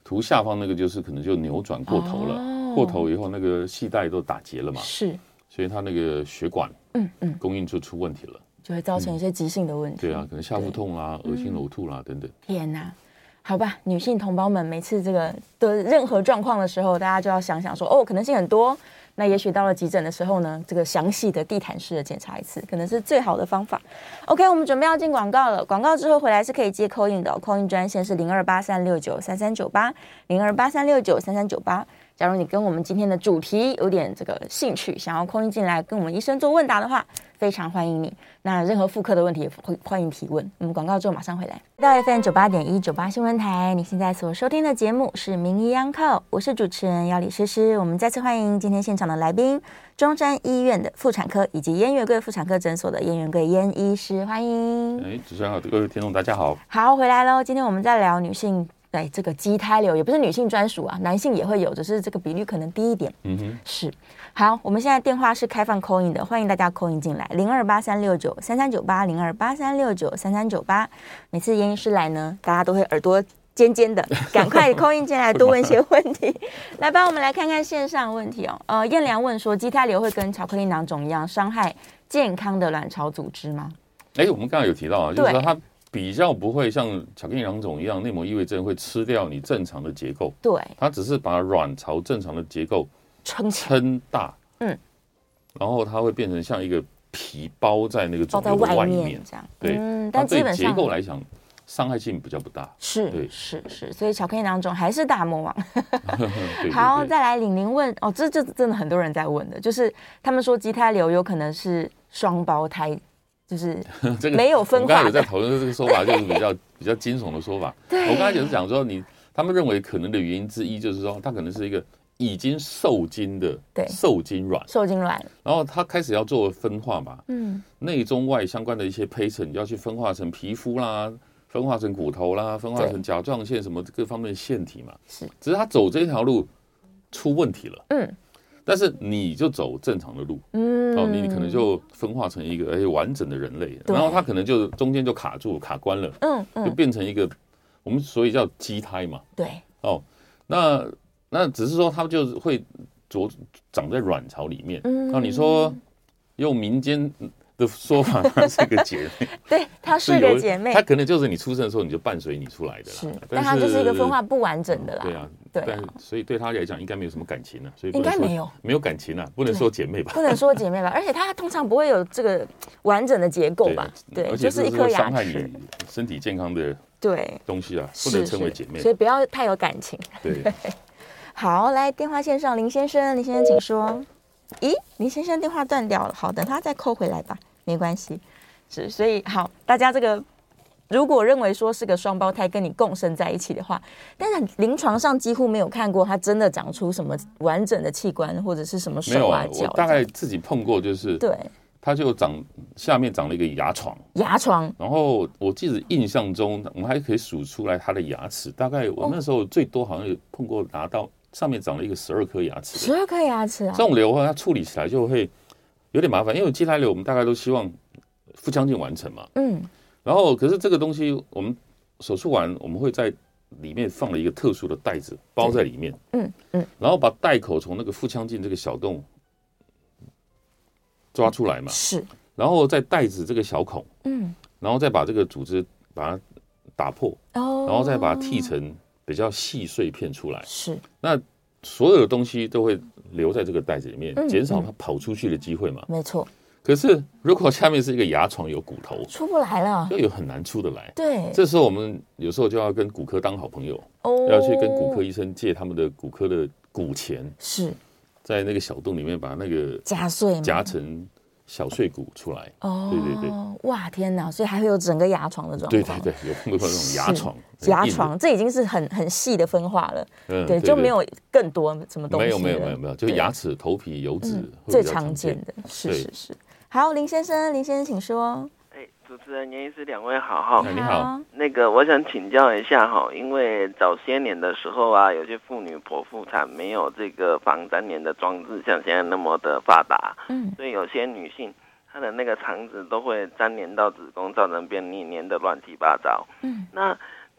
C: 图下方那个就是可能就扭转过头
B: 哦
C: 了，过头以后那个系带都打结了嘛，
B: 是，
C: 所以它那个血管
B: 嗯嗯，
C: 供应就出问题了。
B: 就会造成一些急性的问题。
C: 对啊，，可能下腹痛啦、恶心呕
B: 嗯
C: 吐啦等等。
B: 天哪、啊好吧，女性同胞们，每次这个的任何状况的时候，大家就要想想说，哦，可能性很多。那也许到了急诊的时候呢，这个详细的地毯式的检查一次，可能是最好的方法。OK，我们准备要进广告了。广告之后回来是可以接 call in 的、哦、，call in 专线是零二八三六九三三九八零二八三六九三三九八。假如你跟我们今天的主题有点这个兴趣，想要 call in 进来跟我们医生做问答的话，非常欢迎你。那任何妇科的问题也欢欢迎提问。我们广告之后马上回来。到 FM 九八点一九八新闻台，你现在所收听的节目是《名医央叩》，我是主持人姚李诗诗。我们再次欢迎今天现场的来宾，中山医院的妇产科以及燕月桂妇产科诊所的燕月桂燕医师，欢迎。
C: 哎，主持人好，各位听众大家好。
B: 好，回来喽。今天我们在聊女性，对这个畸胎瘤也不是女性专属啊，男性也会有，只是这个比率可能低一点。
C: 嗯哼，
B: 是，好，我们现在电话是开放 call in 的，欢迎大家 call in 进来，零二八三六九三三九八，零二八三六九三三九八。每次严医师来呢，大家都会耳朵尖尖的，赶快 call in 进来，多问一些问题。来吧，我们来看看线上问题哦。呃，燕良问说，畸胎瘤会跟巧克力囊肿一样伤害健康的卵巢组织吗？
C: 哎，我们刚才有提到啊，就
B: 对
C: 是说它比较不会像巧克力囊肿一样，内膜异位症会吃掉你正常的结构，
B: 对，
C: 它只是把卵巢正常的结构
B: 撑起
C: 撑大，
B: 嗯，
C: 然后它会变成像一个皮包在那个
B: 包
C: 肿
B: 在
C: 瘤的
B: 外
C: 外
B: 面
C: 面，
B: 这样。
C: 对
B: 嗯，
C: 它
B: 但基
C: 对
B: 本
C: 结
B: 上
C: 构来讲伤害性比较
B: [LAUGHS]
C: 不大。
B: 是
C: 对
B: 是是，所以巧克力囊肿还是大魔王。[LAUGHS]
C: 对对对
B: 好，再来玲玲问哦，这这真的很多人在问的，就是他们说畸胎瘤有可能是双胞胎，就是
C: [LAUGHS] 这个
B: 没有
C: 我
B: 分
C: 们刚才
B: 化
C: 有在
B: 的，
C: 讨论这个说
B: [LAUGHS]
C: 法，就是比较比较惊悚的说法。
B: 对
C: 我刚才就是讲说你，他们认为可能的原因之一就是说，它可能是一个已经受精的
B: 对
C: 受精卵，
B: 受精卵，
C: 然后它开始要做分化嘛，
B: 嗯，
C: 内中外相关的一些胚层要去分化成皮肤啦，分化成骨头啦，分化
B: 对
C: 成甲状腺什么各方面的腺体嘛。
B: 是，
C: 只是他走这条路出问题了，
B: 嗯
C: 但是你就走正常的路，
B: 嗯，
C: 哦，你你可能就分化成一个哎完整的人类，
B: 对
C: 然后他可能就中间就卡住卡关了，
B: 嗯
C: 就
B: 嗯，
C: 变成一个我们所以叫畸胎嘛，
B: 对，
C: 哦，那那只是说它就是会着长在卵巢里面。哦
B: 嗯
C: 那你说用民间的说法，它是一个姐妹，
B: 对，她 [LAUGHS] 是
C: 有
B: 个姐妹
C: 她，可能就是你出生的时候你就伴随你出来的啦，
B: 是，但她就是一个分化不完整的啦。
C: 对啊，
B: 对啊
C: 但所以对她来讲应该没有什么感情了、所以不能
B: 应该
C: 说
B: 没有
C: 没有感情啊，不能说姐妹吧
B: 不？能说姐妹吧，而且它通常不会有这个完整的结构吧？对，
C: 而
B: 就
C: 且这
B: 是一
C: 是
B: 颗
C: 会
B: 牙
C: 伤害
B: 齿
C: 你。身体健康的
B: 对，
C: 东西啊，不
B: 是
C: 能称为
B: 是
C: 姐妹
B: 所。以不要太有感情。
C: 对，
B: [LAUGHS] 好，来电话线上林先生，林先生请说。咦，林先生电话断掉了，好，等他再扣回来吧，没关系。是，所以好，大家这个如果认为说是个双胞胎跟你共生在一起的话，但是临床上几乎没有看过他真的长出什么完整的器官或者是什么
C: [LAUGHS] 没有
B: 手啊
C: 啊，
B: 脚啊
C: 我
B: 这样。
C: 大概自己碰过，就是
B: 对
C: 它就长下面长了一个牙床，
B: 牙床
C: 然后我记得印象中我们还可以数出来它的牙齿，大概我那时候最多好像有碰过拿到上面长了一个十二颗牙齿的
B: 十二颗牙齿啊
C: 这，种瘤的话，它处理起来就会有点麻烦，因为肌胎瘤我们大概都希望呃腹腔镜完成嘛。
B: 嗯，
C: 然后，可是这个东西我们手术完，我们会在里面放了一个特殊的袋子，包在里面。
B: 嗯嗯。
C: 然后把袋口从那个腹腔镜这个小洞抓出来嘛，
B: 是，
C: 然后再袋子这个小孔，
B: 嗯，
C: 然后再把这个组织把它打破，
B: 哦，
C: 然后再把它剔成比较细碎片出来。
B: 是，
C: 所有的东西都会留在这个袋子里面
B: 嗯，
C: 减少
B: 嗯
C: 它跑出去的机会嘛。
B: 没错，
C: 可是如果下面是一个牙床有骨头，
B: 出不来了，
C: 就有很难出得来。
B: 对，
C: 这时候我们有时候就要跟骨科当好朋友，
B: 哦
C: 要去跟骨科医生借他们的骨科的骨钳，
B: 是
C: 在那个小洞里面把那个
B: 夹碎吗
C: 夹成小碎骨出来。
B: 哦，
C: 对对对，
B: 哇天哪！所以还会有整个牙床的状况，
C: 对对对，有碰过那种牙床，很
B: 哦牙
C: 硬的
B: 床，这已经是很很细的分化了，
C: 嗯
B: 对，就没有更多什么东西，
C: 没有没有没有，没有，就是
B: 对
C: 牙齿、头皮、油脂
B: 嗯，
C: 会
B: 最
C: 比较
B: 常见的，是
C: 对
B: 是是。好，林先生，林先生，请说。
D: 哎，主持人、严医师两位好哈
C: 哎。你
B: 啊
C: 好，
D: 那个，我想请教一下哈，因为早些年的时候啊，有些妇女剖腹产没有这个防粘连的装置，像现在那么的发达，
B: 嗯，
D: 所以有些女性她的那个肠子都会粘连到子宫，造成便秘，粘的乱七八糟。
B: 嗯，
D: 那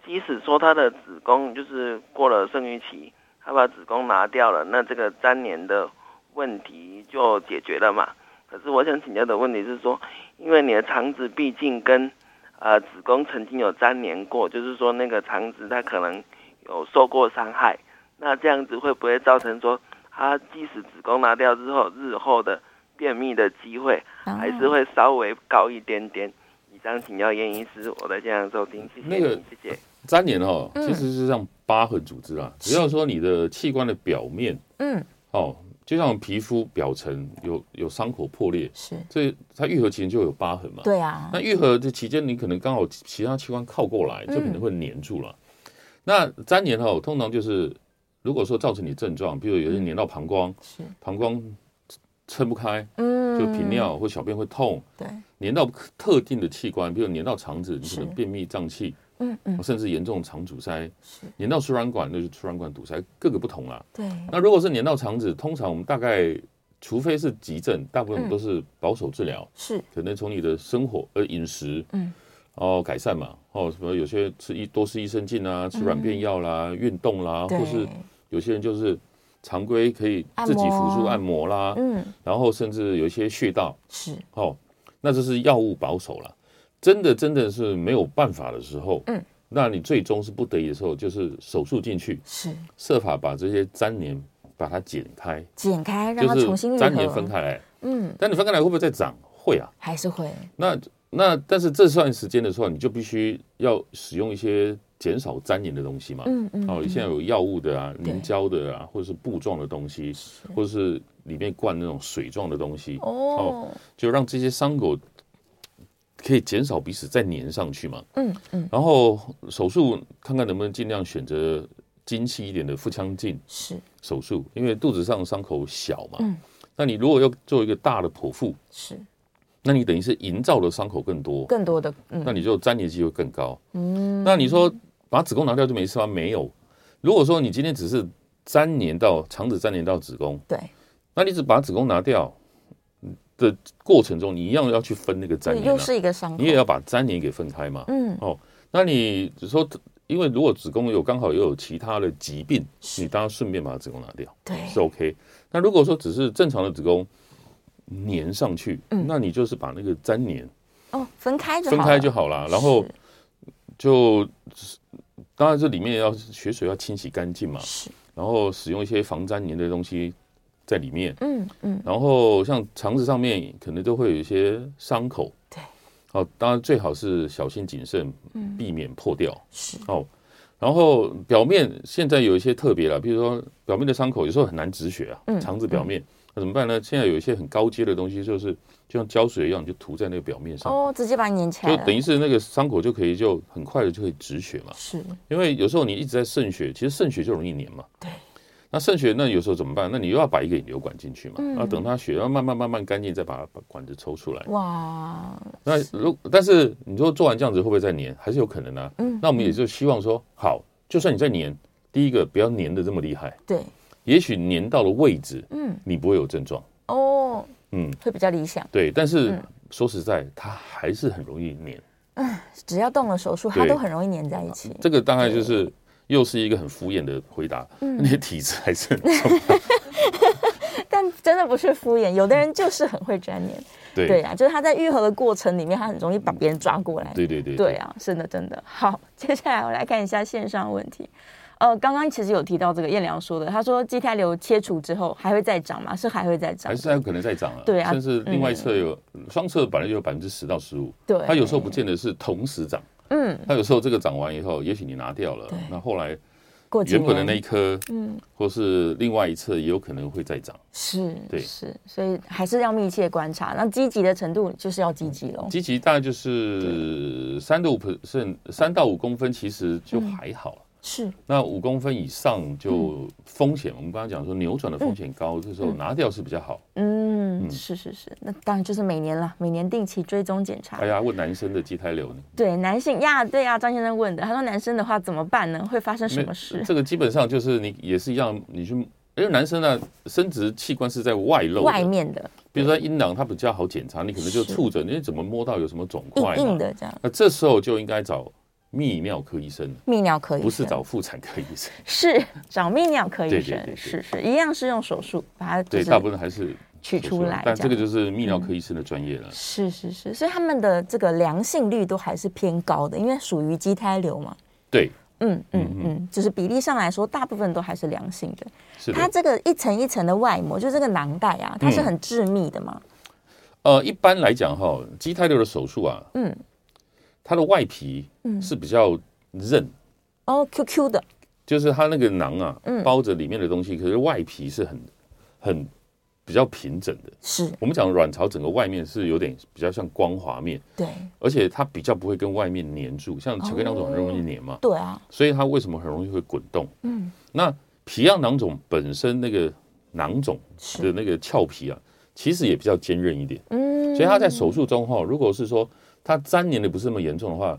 D: 即使说她的子宫就是过了生育期，她把子宫拿掉了，那这个粘连的问题就解决了嘛？可是我想请教的问题是说，因为你的肠子毕竟跟呃子宫曾经有粘连过，就是说那个肠子它可能有受过伤害，那这样子会不会造成说它即使子宫拿掉之后，日后的便秘的机会
B: 啊
D: 还是会稍微高一点点？以上请教验医师，我在现场收听，谢谢
C: 那个
D: 你，谢谢。
C: 粘连哦，
B: 嗯
C: 其实是像疤痕组织啊，只要说你的器官的表面
B: 嗯，
C: 哦，就像皮肤表层有有伤口破裂，
B: 是
C: 这它愈合期间就有疤痕嘛。
B: 对啊，
C: 那愈合的期间，你可能刚好其其他器官靠过来，
B: 嗯
C: 就可能会粘住了。那粘连哦，通常就是如果说造成你症状，比如有人粘到膀胱，
B: 是，
C: 膀胱撑不开，
B: 嗯
C: 就频，尿或小便会痛，
B: 对，
C: 粘到特定的器官，比如粘到肠子，你
B: 是
C: 可能便秘胀气，
B: 嗯嗯，
C: 甚至严重肠阻塞；
B: 是，
C: 粘到输卵管，那就输卵管堵塞，各个不同啦。
B: 对，
C: 那如果是粘到肠子，通常我们大概，除非是急症，大部
B: 嗯
C: 分都是保守治疗，
B: 是，
C: 可能从你的生活呃饮食，
B: 嗯，
C: 哦改善嘛，哦什么有些吃一多吃益生菌啊，吃软便药啦，运动啦，
B: 嗯对
C: 或是有些人就是常规可以自己
B: 按摩
C: 辅助按摩啦，
B: 嗯，
C: 然后甚至有一些穴道，
B: 是，
C: 哦，那这是药物保守了。真的真的是没有办法的时候，
B: 嗯，
C: 那你最终是不得已的时候，就是手术进去，
B: 是
C: 设法把这些粘连把它剪开，
B: 剪开，让
C: 就
B: 它
C: 是
B: 重新愈合，
C: 粘连分开来。
B: 嗯，
C: 但你分开来会不会再长？会啊。
B: 还是会，
C: 那那但是这段时间的时候，你就必须要使用一些减少粘连的东西嘛。
B: 嗯嗯，
C: 哦，
B: 嗯
C: 现在有药物的啊，
B: 对
C: 凝胶的啊，或者是布状的东西，或者是里面灌那种水状的东西，
B: 哦，
C: 就让这些伤口可以减少彼此再粘上去嘛。
B: 嗯嗯，
C: 然后手术看看能不能尽量选择精细一点的腹腔镜
B: 是
C: 手术，因为肚子上的伤口小嘛。
B: 嗯
C: 那你如果要做一个大的剖腹，
B: 是，
C: 那你等于是营造的伤口更多，
B: 更多的，嗯，
C: 那你就粘连机会更高。
B: 嗯，
C: 那你说把子宫拿掉就没事吗？没有。如果说你今天只是粘连到肠子粘连到子宫，
B: 对，
C: 那你只把子宫拿掉的过程中，你一样要去分那个粘
B: 这
C: 连、
B: 又
C: 啊，
B: 是一个伤口，
C: 你也要把粘连给分开嘛。
B: 嗯，
C: 那你只说，因为如果子宫有刚好又有其他的疾病，
B: 是
C: 你当然顺便把子宫拿掉
B: 对，
C: 是 OK。那如果说只是正常的子宫，粘上去，
B: 嗯
C: 那你就是把那个粘黏
B: 哦，分开就好
C: 分
B: 了
C: 开就好了，然后就当然这里面要血水要清洗干净嘛，
B: 是是
C: 然后使用一些防粘黏的东西在里面，
B: 嗯嗯
C: 然后像肠子上面可能都会有一些伤口，
B: 对，嗯
C: 哦，当然最好是小心谨慎，避免破掉。
B: 是
C: 哦，然后表面现在有一些特别了，比如说表面的伤口有时候很难止血啊，
B: 嗯
C: 肠子表面那、怎么办呢？现在有一些很高阶的东西，就是就像胶水一样，你就涂在那个表面上，
B: 哦，直接把你粘起来
C: 就
B: 了，
C: 等于是那个伤口就可以就很快的就可以止血嘛。
B: 是
C: 因为有时候你一直在渗血，其实渗血就容易粘嘛。
B: 对。
C: 那渗血那有时候怎么办？那你又要把一个引流管进去嘛，
B: 嗯
C: 然后等它血要慢慢慢慢干净，再把把管子抽出来。
B: 哇，
C: 那如但是你说做完这样子会不会再粘？还是有可能啊。
B: 嗯
C: 那我们也就希望说，好，就算你再粘，第一个不要粘的这么厉害，
B: 对，
C: 也许粘到了位置，
B: 嗯
C: 你不会有症状。
B: 哦，
C: 嗯，
B: 会比较理想。
C: 对。但是
B: 嗯
C: 说实在，它还是很容易粘。
B: 只要动了手术，它
C: 对
B: 都很容易粘在一起。
C: 这个大概就是又是一个很敷衍的回答。
B: 嗯
C: 那些体质还是很重要。
B: 但真的不是敷衍，有的人就是很会粘黏。[LAUGHS]
C: 对
B: 对啊，就是他在愈合的过程里面，他很容易把别人抓过来。
C: 对对对
B: 对啊，真的真的。好， [LAUGHS] 接下来我来看一下线上问题。呃，刚刚其实有提到这个燕良说的，他说畸胎瘤切除之后还会再长吗？是还会再长
C: 还？是还有可能再涨了，
B: 对啊
C: 甚至另外一侧有双侧本来就有百分之十到十五，
B: 对，
C: 它有时候不见得是同时涨，
B: 嗯，
C: 它有时候这个涨完以后，也许你拿掉了
B: 对，
C: 那后来
B: 过几
C: 原本的
B: 年
C: 那一颗，
B: 嗯
C: 或是另外一侧也有可能会再涨，
B: 是
C: 对
B: 是，所以还是要密切观察。那积极的程度就是要积极喽。
C: 嗯积极大概就是三到五 percent，三到五公分其实就
B: 嗯
C: 还好了。
B: 是
C: 那五公分以上
B: 嗯
C: 就风险，我们刚刚讲说扭转的风险高，这时候拿掉是比较好。
B: 嗯，
C: 嗯
B: 是是是，那当然就是每年啦，每年定期追踪检查。
C: 哎呀，问男生的畸胎瘤呢？
B: 对，男性呀，对呀，张先生问的，他说男生的话怎么办呢？会发生什么事？
C: 这个基本上就是你也是一样，你去，因为男生呢、生殖器官是在外露的，
B: 外，面的
C: 比如说阴囊，它比较好检查，你可能就是触诊，你怎么摸到有什么肿块
B: 硬硬
C: 嘛？
B: 的这样，
C: 那这时候就应该找泌尿科医生，
B: 泌尿科医生
C: 不是找妇产科医生。
B: 是 [LAUGHS] 找泌尿科医
C: 对对
B: 生
C: 对，对
B: 是是一样是用手术把它就
C: 对，
B: 是
C: 大部分还是
B: 取出来
C: 但这个
B: 这嗯
C: 就是泌尿科医生的专业了。
B: 是是是，所以他们的这个良性率都还是偏高的，因为属于畸胎瘤嘛。
C: 对，
B: 嗯嗯
C: 嗯
B: 嗯，就是比例上来说，大部分都还是良性的。
C: 是
B: 它
C: 的。
B: 这个一层一层的外膜，就这个囊袋啊，它是
C: 嗯
B: 很致密的嘛。
C: 呃，一般来讲哈，畸胎瘤的手术啊，
B: 嗯，
C: 它的外皮是比较韧，
B: 哦，Q Q 的，
C: 就是它那个囊啊
B: 嗯，
C: 包着里面的东西，可是外皮是很很比较平整的。
B: 是
C: 我们讲卵巢整个外面是有点比较像光滑面，
B: 对
C: 而且它比较不会跟外面粘住，像巧克力囊肿很容易粘嘛，
B: 对啊，
C: 所以它为什么很容易会滚动？
B: 嗯，
C: 那皮样囊肿本身那个囊肿的
B: 是
C: 那个鞘皮啊，其实也比较坚韧一点，
B: 嗯，
C: 所以它在手术中哈、如果是说它粘连的不是那么严重的话，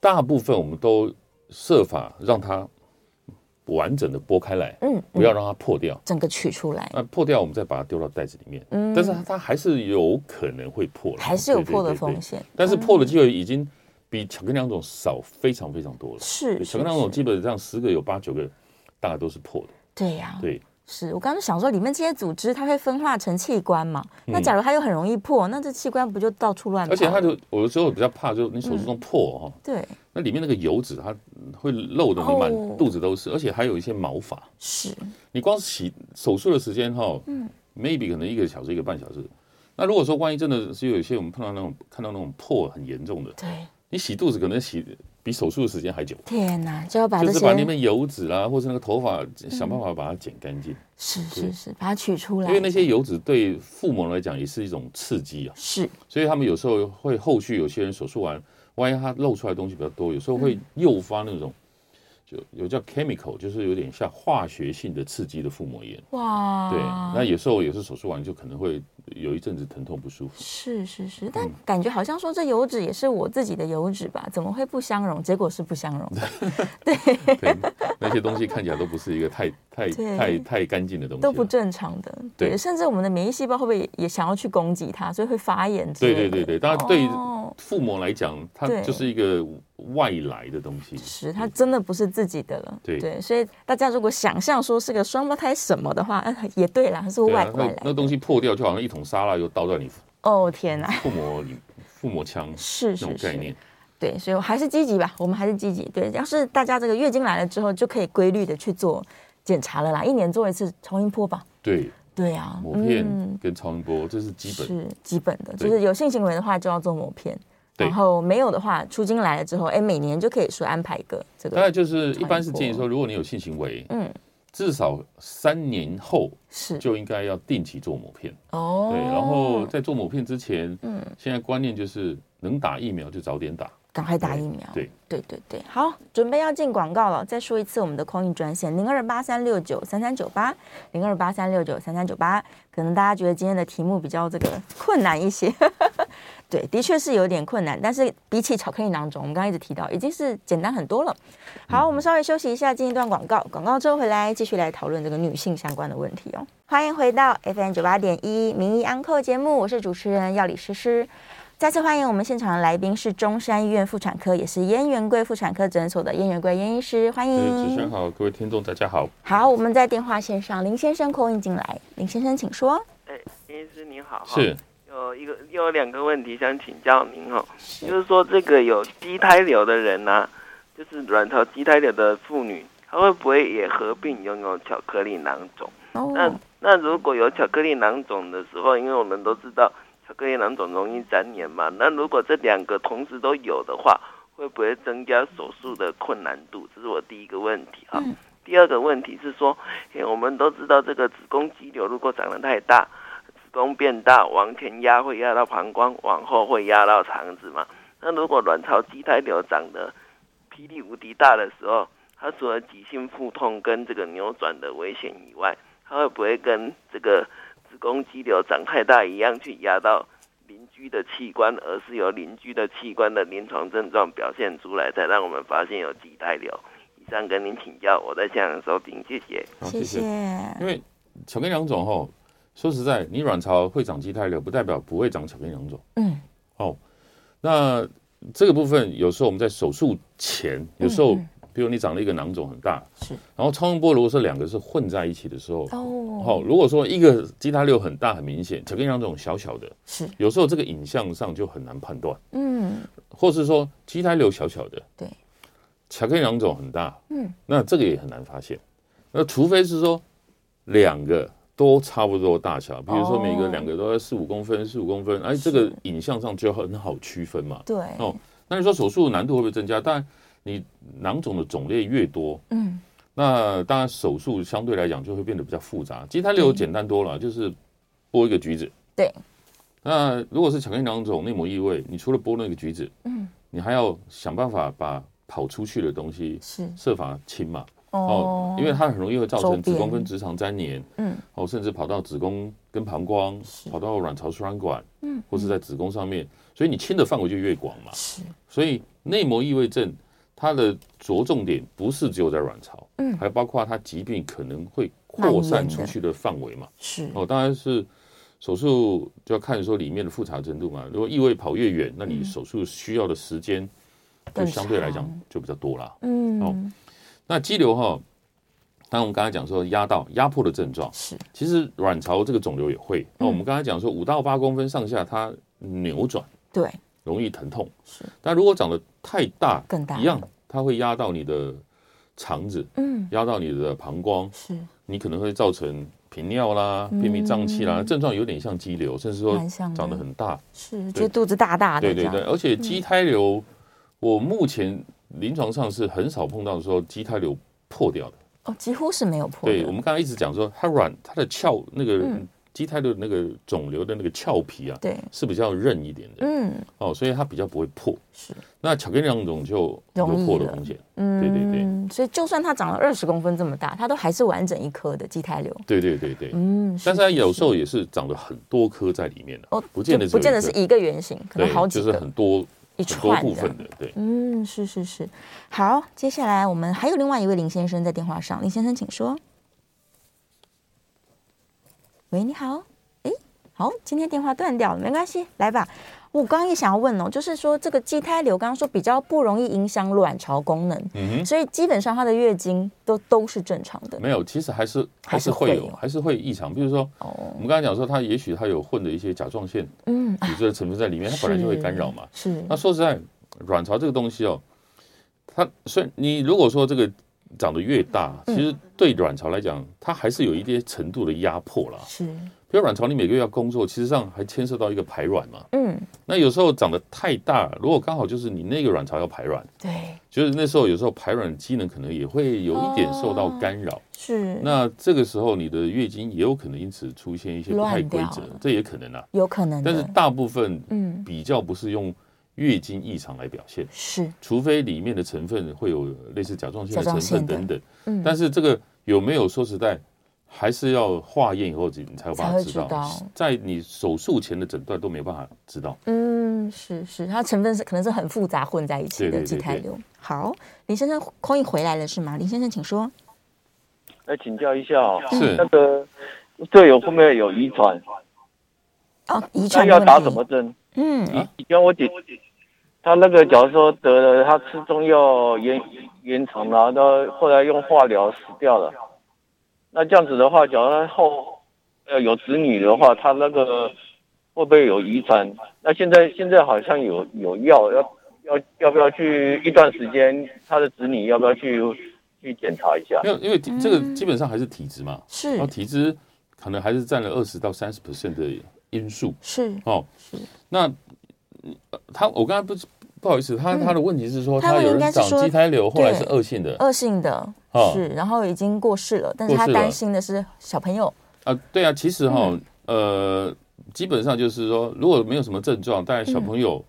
C: 大部分我们都设法让它完整的剥开来，
B: 嗯
C: 不要让它破掉。
B: 整个取出来，
C: 那破掉，我们再把它丢到袋子里面。
B: 嗯
C: 但是它它还是有可能会破了，
B: 还是有
C: 对对
B: 破的
C: 对对
B: 风险。
C: 但是破的机会已经比巧克力囊肿少非常非常多了。
B: 是
C: 对
B: 是
C: 巧克力囊肿
B: 是
C: 基本上十个有八九个大概都是破的。
B: 对呀，
C: 对，
B: 是我刚刚想说，里面这些组织它会分化成器官嘛？那假如它又很容易破，那这器官不就到处乱跑？
C: 嗯而且它就我有时候比较怕，就是你手术中破哈，
B: 对，
C: 那里面那个油脂它会漏的你满
B: 哦
C: 肚子都是，而且还有一些毛发。
B: 是
C: 你光洗手术的时间哈，m a y b e 可能一个小时一个半小时。那如果说万一真的是有一些我们碰到那种看到那种破很严重的，
B: 对，
C: 你洗肚子可能洗比手术的时间还久，
B: 天哪，就要把
C: 就
B: 这
C: 是把那
B: 些
C: 边油脂啊，或是那个头发想办法把它剪干净。
B: 是是
C: 对
B: 是，把它取出来，
C: 因为那些油脂对父母来讲也是一种刺激啊，
B: 是
C: 所以他们有时候会后续有些人手术完，万一他露出来的东西比较多，有时
B: 嗯
C: 候会诱发那种。就有叫 chemical，就是有点像化学性的刺激的腹膜炎。
B: 哇，
C: 对，那有时候也是手术完就可能会有一阵子疼痛不
B: [LAUGHS]
C: 舒服。
B: 是是是，
C: 嗯
B: 但感觉好像说这油脂也是我自己的油脂吧？怎么会不相容？结果是不相容的，
C: 对，那些东西看起来都不是一个太太
B: 对
C: 太太干净的东西啊，
B: 都不正常的。
C: 对
B: 甚至我们的免疫细胞会不会也也想要去攻击它，所以会发炎之
C: 对
B: 类的？
C: 对对对，当然对
B: 哦
C: 父母来讲，它
B: 对
C: 就是一个外来的东西，
B: 是它真的不是自己的了。
C: 嗯对
B: 所以大家如果想象说是个双胞胎什么的话，啊也对啦，它是
C: 对
B: 外
C: 啊，
B: 外
C: 那
B: 来
C: 那
B: 的。
C: 东西破掉，就好像一桶沙拉又倒在你
B: 哦天哪，
C: 父母里父母腔
B: 是
C: 那种
B: 是
C: 概
B: 是，
C: 念。
B: 对，所以我还是积极吧，我们还是积极。对，要是大家这个月经来了之后，就可以规律的去做检查了啦，一年做一次超音波吧。
C: 对，
B: 对啊，
C: 抹片跟超音波这是基本，
B: 是基本的，就
C: 对
B: 是有性行为的话就要做抹片，
C: 对
B: 然后没有的话，出经来了之后，哎，每年就可以说安排一个这
C: 大概
B: 个，
C: 就是一般是
B: 超音波
C: 建议说，如果你有性行为，
B: 嗯，
C: 至少三年后
B: 是
C: 就应该要定期做抹片。
B: 哦，
C: 对，然后在做抹片之前，
B: 嗯，
C: 现在观念就是能打疫苗就早点打。
B: 赶快打疫苗，
C: 对
B: 对对对，好，准备要进广告了，再说一次我们的空运专线零二八三六九三三九八零二八三六九三三九八，可能大家觉得今天的题目比较这个困难一些，对，的确是有点困难，但是比起巧克力囊肿，我们刚刚一直提到，已经是简单很多了。好，我们稍微休息一下，进一段广告，广告之后回来继续来讨论这个女性相关的问题哦。欢迎回到 FM 九八点一名医安扣节目，我是主持人药理诗诗。再次欢迎我们现场的来宾是中山医院妇产科，也是燕园贵妇产科诊所的燕园贵燕医师，欢
C: 呃，
B: 迎。
C: 主持人好，各位听众大家好。
B: 好，我们在电话线上，林先生扣印进来，林先生请说。
D: 哎，林医师你好，
C: 是，
D: 有一个又有两个问题想请教您哦，就是说这个有畸胎瘤的人呢、就是卵巢畸胎瘤的妇女，她会不会也合并拥有巧克力囊肿？
B: 哦
D: 那那如果有巧克力囊肿的时候，因为我们都知道巧克力囊肿容易粘连嘛，那如果这两个同时都有的话，会不会增加手术的困难度？这是我第一个问题啊。第二个问题是说，诶我们都知道这个子宫肌瘤如果长得太大，子宫变大，往前压会压到膀胱，往后会压到肠子嘛。那如果卵巢畸胎瘤长得霹雳无敌大的时候，它除了急性腹痛跟这个扭转的危险以外，它会不会跟这个子宫肌瘤长太大一样去压到邻居的器官，而是由邻居的器官的临床症状表现出来，才让我们发现有畸胎瘤？以上跟您请教，我在现场收听，谢谢。
C: 好，
B: 谢谢。
C: 因为巧克力囊肿吼，说实在，你卵巢会长畸胎瘤，不代表不会长巧克力囊肿。
B: 嗯，
C: 哦，那这个部分有时候我们在手术前，有时候
B: 嗯
C: 比如你长了一个囊肿很大，
B: 是，
C: 然后超音波如果说两个是混在一起的时候，
B: 哦，
C: 哦，如果说一个畸胎瘤很大很明显，巧克力囊肿小小的，
B: 是，
C: 有时候这个影像上就很难判断，
B: 嗯，
C: 或是说畸胎瘤小小的，
B: 对，
C: 巧克力囊肿很大，
B: 嗯，
C: 那这个也很难发现。那除非是说两个都差不多大小，比如说每个
B: 哦
C: 两个都在四五公分、四五公分，哎，这个影像上就很好区分嘛。
B: 对，
C: 哦，那你说手术难度会不会增加？当然，你囊肿的种类越多，
B: 嗯，
C: 那当然手术相对来讲就会变得比较复杂。畸胎瘤简单多
B: 嗯
C: 了，就是剥一个橘子。
B: 对。
C: 那如果是巧克力囊肿内膜异位，你除了剥那个橘子，
B: 嗯，
C: 你还要想办法把跑出去的东西
B: 是，
C: 设法清嘛。
B: 哦
C: 哦，，因为它很容易会造
B: 周
C: 成
B: 边
C: 子宫跟直肠粘连，
B: 嗯，
C: 哦，甚至跑到子宫跟膀胱，跑到卵巢输卵管，嗯，或是在子宫上面，所以你亲的范围就越广嘛。
B: 是，
C: 所以内膜异位症它的着重点不是只有在卵巢，
B: 嗯
C: 还包括它疾病可能会扩
B: 蔓延
C: 散
B: 的
C: 出去的范围嘛。
B: 是，
C: 哦，当然是手术就要看说里面的复杂程度嘛。如果异位跑越远，那你手术需要的时间就
B: 嗯更
C: 相对来讲
B: 长
C: 就比较多啦。
B: 嗯
C: 哦，那肌瘤哈，当然我们刚才讲说压到压迫的症状，
B: 是，
C: 其实卵巢这个肿瘤也会。
B: 嗯
C: 那我们刚才讲说五到八公分上下，它扭转
B: 对，
C: 容易疼痛，
B: 是。
C: 但如果长得太大，
B: 更大
C: 一样，它会压到你的肠子，
B: 嗯，
C: 压到你的膀胱，
B: 是，
C: 你可能会造成频尿啦、
B: 嗯
C: 便秘胀气啦，症状有点像肌瘤，甚至说
B: 蛮像的
C: 长得很大。
B: 是，就肚子大大的
C: 对
B: 这
C: 对
B: 样，
C: 对，而且畸胎瘤，我目前临床上是很少碰到说畸胎瘤破掉的。
B: 哦，几乎是没有破
C: 对，我
B: 的，
C: 们刚才一直讲说，它软，它的鞘那个
B: 嗯
C: 畸胎的那个肿瘤的那个鞘皮啊，
B: 对，
C: 是比较韧一点的、
B: 嗯，
C: 哦，所以它比较不会破。
B: 是，
C: 那巧克力囊肿就有
B: 容易
C: 破的
B: 了
C: 风险。
B: 嗯，
C: 对对对，
B: 所以就算它长了二十公分这么大，它都还是完整一颗的畸胎瘤，
C: 对对对对，
B: 嗯，
C: 但是它有时候也是长了很多颗在里面的，
B: 哦，
C: 不见得
B: 就不
C: 只
B: 见得
C: 有一
B: 是
C: 个
B: 一个圆形，可能
C: 对
B: 好
C: 就
B: 几
C: 是
B: 个
C: 很多
B: 一
C: 很多
B: 串
C: 部
B: 这样
C: 分。的，对。
B: 嗯，是是是，好，接下来我们还有另外一位林先生在电话上，林先生请说。喂，你好，诶，好，今天电话断掉了，没关系，来吧，我刚刚也想要问哦，就是说这个畸胎瘤，刚刚说比较不容易影响卵巢功能，
C: 嗯
B: 所以基本上她的月经都都是正常的
C: 哼，。没有，其实还是
B: 还
C: 还
B: 是
C: 是
B: 会
C: 会有
B: 有，
C: 还是会异常。比如说，
B: 哦
C: 我，们刚才讲说，它也许它有混的一些甲状腺
B: 嗯，
C: 体质的成分在里面，它本来就会干扰嘛。
B: 是
C: 那说实在，卵巢这个东西哦，它虽然你如果说这个长得越大，
B: 嗯
C: 其实对卵巢来讲，它还是有一定程度的压迫啦。
B: 是，
C: 比如卵巢你每个月要工作，其实上还牵涉到一个排卵嘛。
B: 嗯，
C: 那有时候长得太大，如果刚好就是你那个卵巢要排卵，
B: 对，
C: 就是那时候有时候排卵的机能可能也会有一点受到干
B: 哦
C: 扰。
B: 是，
C: 那这个时候你的月经也有可能因此出现一些不太规
B: 乱
C: 则
B: 掉了，
C: 这也可能啊。
B: 有可能
C: 但是
B: 的，
C: 大部分
B: 嗯，
C: 比较不是用月经异常来表现，
B: 是，
C: 除非里面的成分会有类似甲状腺的
B: 甲状
C: 成
B: 腺
C: 分
B: 的
C: 等等。
B: 嗯，
C: 但是这个有没有说实在，还是要化验以后你才有
B: 才
C: 办法
B: 会
C: 知
B: 知
C: 道
B: 道，
C: 在你手术前的诊断都没有办法知道。
B: 嗯，是是，它成分是可能是很复杂混在一起
C: 对
B: 的
C: 对
B: 畸
C: 对
B: 胎
C: 对
B: 瘤。好，林先生空运回来了是吗？林先生，请说。
E: 来请教一下哦，
C: 是
E: 那个队友后面有遗传，
B: 哦，遗
E: 那
B: 传的
E: 要
B: 问
E: 打什
B: 题。
E: 么针？
B: 嗯，
C: 啊
E: 以前我姐，她那个假如说得了，她吃中药延延长了，然后后来用化疗死掉了。那这样子的话，假如她后呃有子女的话，她那个会不会有遗传？那现在现在好像有有药，要要要不要去一段时间，她的子女要不要去去检查一下
C: 没？有，因为这
B: 嗯
C: 个基本上还是体质嘛，然后
B: 是
C: 体质可能还是占了二十到三十 percent 的因素
B: 是，
C: 哦。那呃他，我刚才不是不好意思，他他的问题是
B: 嗯
C: 说，
B: 他
C: 他
B: 们
C: 有
B: 应该
C: 人
B: 是
C: 长
B: 说
C: 畸胎瘤，后来是
B: 对呃
C: 恶性的
B: 恶性的，
C: 哦
B: 是，然后已经过世了，但是
C: 过
B: 他
C: 世
B: 担
C: 了
B: 心的是小朋友。
C: 啊。对啊，其实
B: 嗯
C: 哈，呃，基本上就是说，如果没有什么症状，但小朋友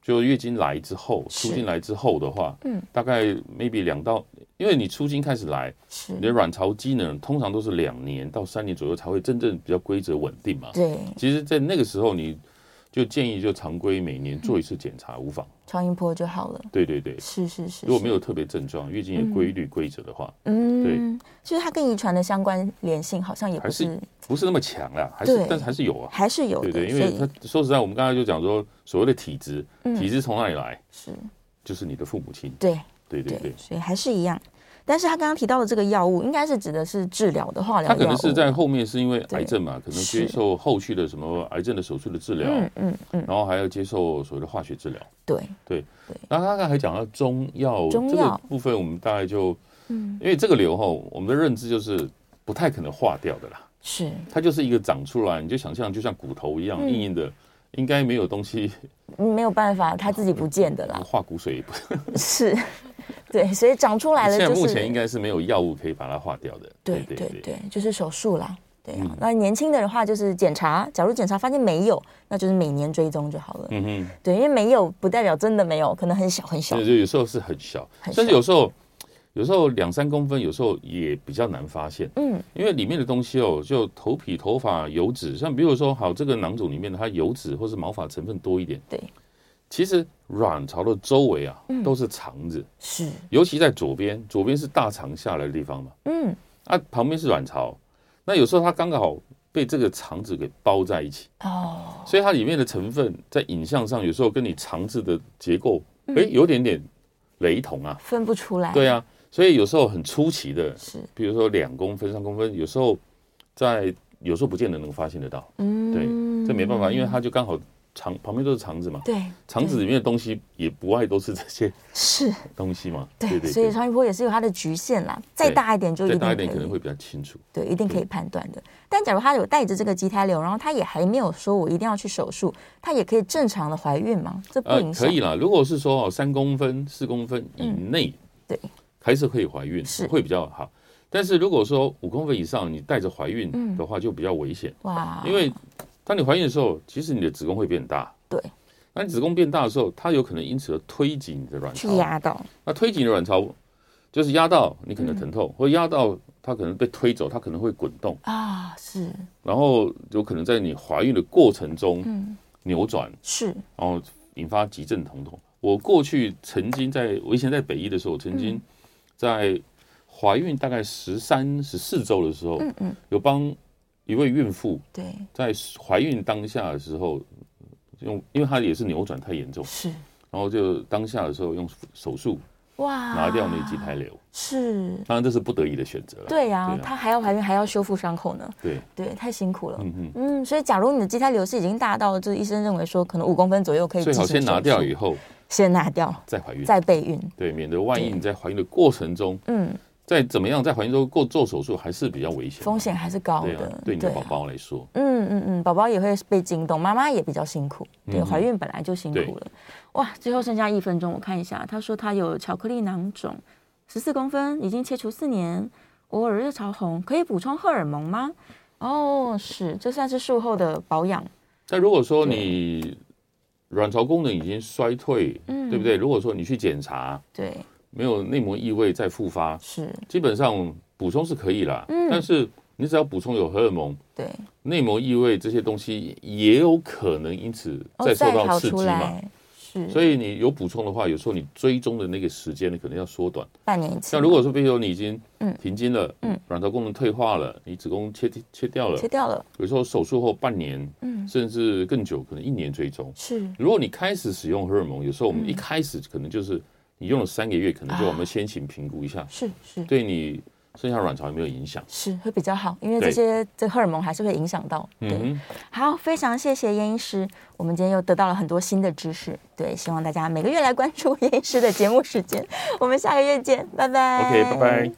C: 就月经来之后，
B: 嗯是
C: 出经来之后的话，
B: 嗯，
C: 大概 maybe 两到，因为你出经开始来，
B: 是
C: 你，的卵巢机能通常都是两年到三年左右才会真正比较规则稳定嘛。
B: 对，
C: 其实，在那个时候，你就建议就常规每年做一次检查无妨。
B: 超音波就好了。
C: 对对对，
B: 嗯是是是，
C: 如果
B: 是
C: 没有特别症状，月经也规律规则的话，
B: 嗯，其实它跟遗传的相关联性好像也不
C: 还是
B: 是，
C: 不是那么强啦，还是
B: 对
C: 但是还是有啊。
B: 还是有的，
C: 对
B: 所
C: 对，
B: 以
C: 因为他说实在，我们刚才就讲说，所谓的体质，
B: 嗯
C: 体质从哪里来？
B: 是
C: 就是你的父母亲。
B: 对
C: 对
B: 对
C: 对对，，
B: 所以还是一样。但是他刚刚提到的这个药物，应该是指的是治疗的化疗
C: 他
B: 药物。
C: 可能是在后面是因为
B: 对
C: 癌症嘛，可能接
B: 是
C: 受后续的什么癌症的手术的治疗，
B: 嗯嗯嗯，
C: 然后还要接受所谓的化学治疗。
B: 对，
C: 那他刚才讲到中药
B: 中
C: 这个
B: 药
C: 部分，我们大概就
B: 嗯
C: 因为这个瘤哈，我们的认知就是不太可能化掉的啦。
B: 是
C: 它就是一个长出来，你就想象就像骨头一样
B: 嗯
C: 硬硬的，应该没有东西 [LAUGHS]
B: 没有办法，他自己不见的啦，
C: 化骨髓也不。
B: [LAUGHS] 是，对，所以长出来了
C: 现在
B: 就是
C: 目前应该是没有药物可以把它化掉的。
B: 对
C: 对
B: 对对，就是手术啦。对啊，那年轻的话就是检查，假如检查发现没有，那就是每年追踪就好了。
C: 嗯哼，
B: 对，因为没有不代表真的没有，可能很小很小
C: 所以。就有时候是很小，
B: 很小
C: 甚至有时候有时候两三公分，有时候也比较难发现，
B: 嗯，
C: 因为里面的东西哦，就头皮、头发、油脂，像比如说好这个囊肿里面的它油脂或是毛发成分多一点，
B: 对，嗯
C: 其实卵巢的周围啊都是肠子，
B: 是，
C: 尤其在左边，左边是大肠下来的地方嘛。
B: 嗯，
C: 啊，旁边是卵巢，那有时候它刚好被这个肠子给包在一起，
B: 哦，
C: 所以它里面的成分在影像上有时候跟你肠子的结构，
B: 嗯
C: 诶，有点点雷同啊。
B: 分不出来。
C: 对啊，所以有时候很出奇的，
B: 是，
C: 比如说两公分、三公分，有时候在有时候不见得能发现得到。
B: 嗯，
C: 对，这没办法，因为它就刚好肠旁边都是肠子嘛，
B: 嗯对
C: 肠子
B: 对
C: 里面的东西也不外都是这些
B: 是。
C: 东西嘛。
B: 对，所以超音波也是有它的局限啦，再
C: 对
B: 大一点就
C: 再
B: 一定
C: 大
B: 可
C: 一点可能
B: 以，
C: 会比较清楚。
B: 对，一定可以判断的。但假如她有带着这个畸胎瘤，然后她也还没有说我一定要去手术，她也可以正常的怀孕吗？这不
C: 呃，
B: 影响，嗯
C: 可以啦。如果是说哦，三公分、四公分以内，
B: 对，
C: 还是可以怀孕，
B: 是
C: 会比较好。但是如果说五公分以上，你带着怀
B: 嗯
C: 孕的话，就比较危险，
B: 哇，
C: 因为当你怀孕的时候，其实你的子宫会变大。
B: 对，
C: 那你子宫变大的时候，它有可能因此而推挤你的卵
B: 去
C: 巢。
B: 压到，
C: 那推挤你的卵巢，就是压到你可能疼
B: 嗯
C: 痛，或压到它可能被推走，它可能会滚动，
B: 啊，是
C: 然后有可能在你怀孕的过程中
B: 嗯
C: 扭转，
B: 是，
C: 然后引发急症疼痛。我过去曾经在，我以前在北医的时候，曾
B: 嗯
C: 经在怀孕大概十三、十四周的时候，
B: 嗯嗯，
C: 有帮一位孕妇
B: 对，
C: 在怀孕当下的时候，用，因为它也是扭转太严重，
B: 是
C: 然后就当下的时候用手术
B: 哇，
C: 拿掉那肌胎
B: 啊
C: 瘤，
B: 是，
C: 当然这是不得已的选择了。
B: 对呀、
C: 对啊
B: 她还要怀孕，还要修复伤口呢，
C: 对，
B: 对，太辛苦了。
C: 嗯嗯，
B: 嗯，所以假如你的畸胎瘤是已经大到，就是医生认为说可能五公分左右可以，
C: 最好先拿掉以，后
B: 先拿掉，
C: 再怀孕，
B: 再备孕。
C: 对，免得万一
B: 对
C: 你在怀孕的过程中，
B: 嗯，
C: 再怎么样在怀孕中过做手术还是比较危险的，
B: 风险还是高
C: 对
B: 的
C: 啊，，对你的
B: 啊
C: 宝宝来说，
B: 嗯嗯嗯，宝宝也会被惊动，妈妈也比较辛苦。对，
C: 嗯
B: 怀孕本来就辛苦
C: 对
B: 了。哇，最后剩下一分钟，我看一下，他说他有巧克力囊肿，十四公分，已经切除四年，偶尔热潮红，可以补充荷尔蒙吗？哦，是，这算是术后的保养。
C: 但如果说你卵巢功能已经衰退，
B: 嗯
C: 对不对？如果说你去检查
B: 对，
C: 没有内膜异位再复发，
B: 是，
C: 基本上补充是可以啦，
B: 嗯
C: 但是你只要补充有荷尔蒙、
B: 对，
C: 内膜异位这些东西，也有可能因此
B: 哦，
C: 再受
B: 再
C: 到
B: 逃
C: 刺
B: 出
C: 激嘛。
B: 来，是，
C: 所以你有补充的话，有时候你追踪的那个时间呢，可能要缩短。
B: 半年一次。
C: 像如果说，比如说你已经
B: 嗯
C: 停经了，
B: 嗯
C: 卵巢功能退化了，你子宫切切掉了
B: 切，掉了，
C: 有时候手术后半年，
B: 嗯，
C: 甚至更久，可能一年追踪。
B: 是，
C: 如果你开始使用荷尔蒙，有时候我们一开始可能就是你用了三个月，可能就
B: 啊
C: 我们先行评估一下，
B: 是，是。
C: 对你剩下卵巢有没有影响？
B: 是会比较好，因为这
C: 对
B: 些这荷尔蒙还是会影响到。对，
C: 嗯
B: 好，非常谢谢燕医师，我们今天又得到了很多新的知识。对，希望大家每个月来关注燕医师的节目时间，我们下个月见，拜拜。
C: ，OK，拜拜。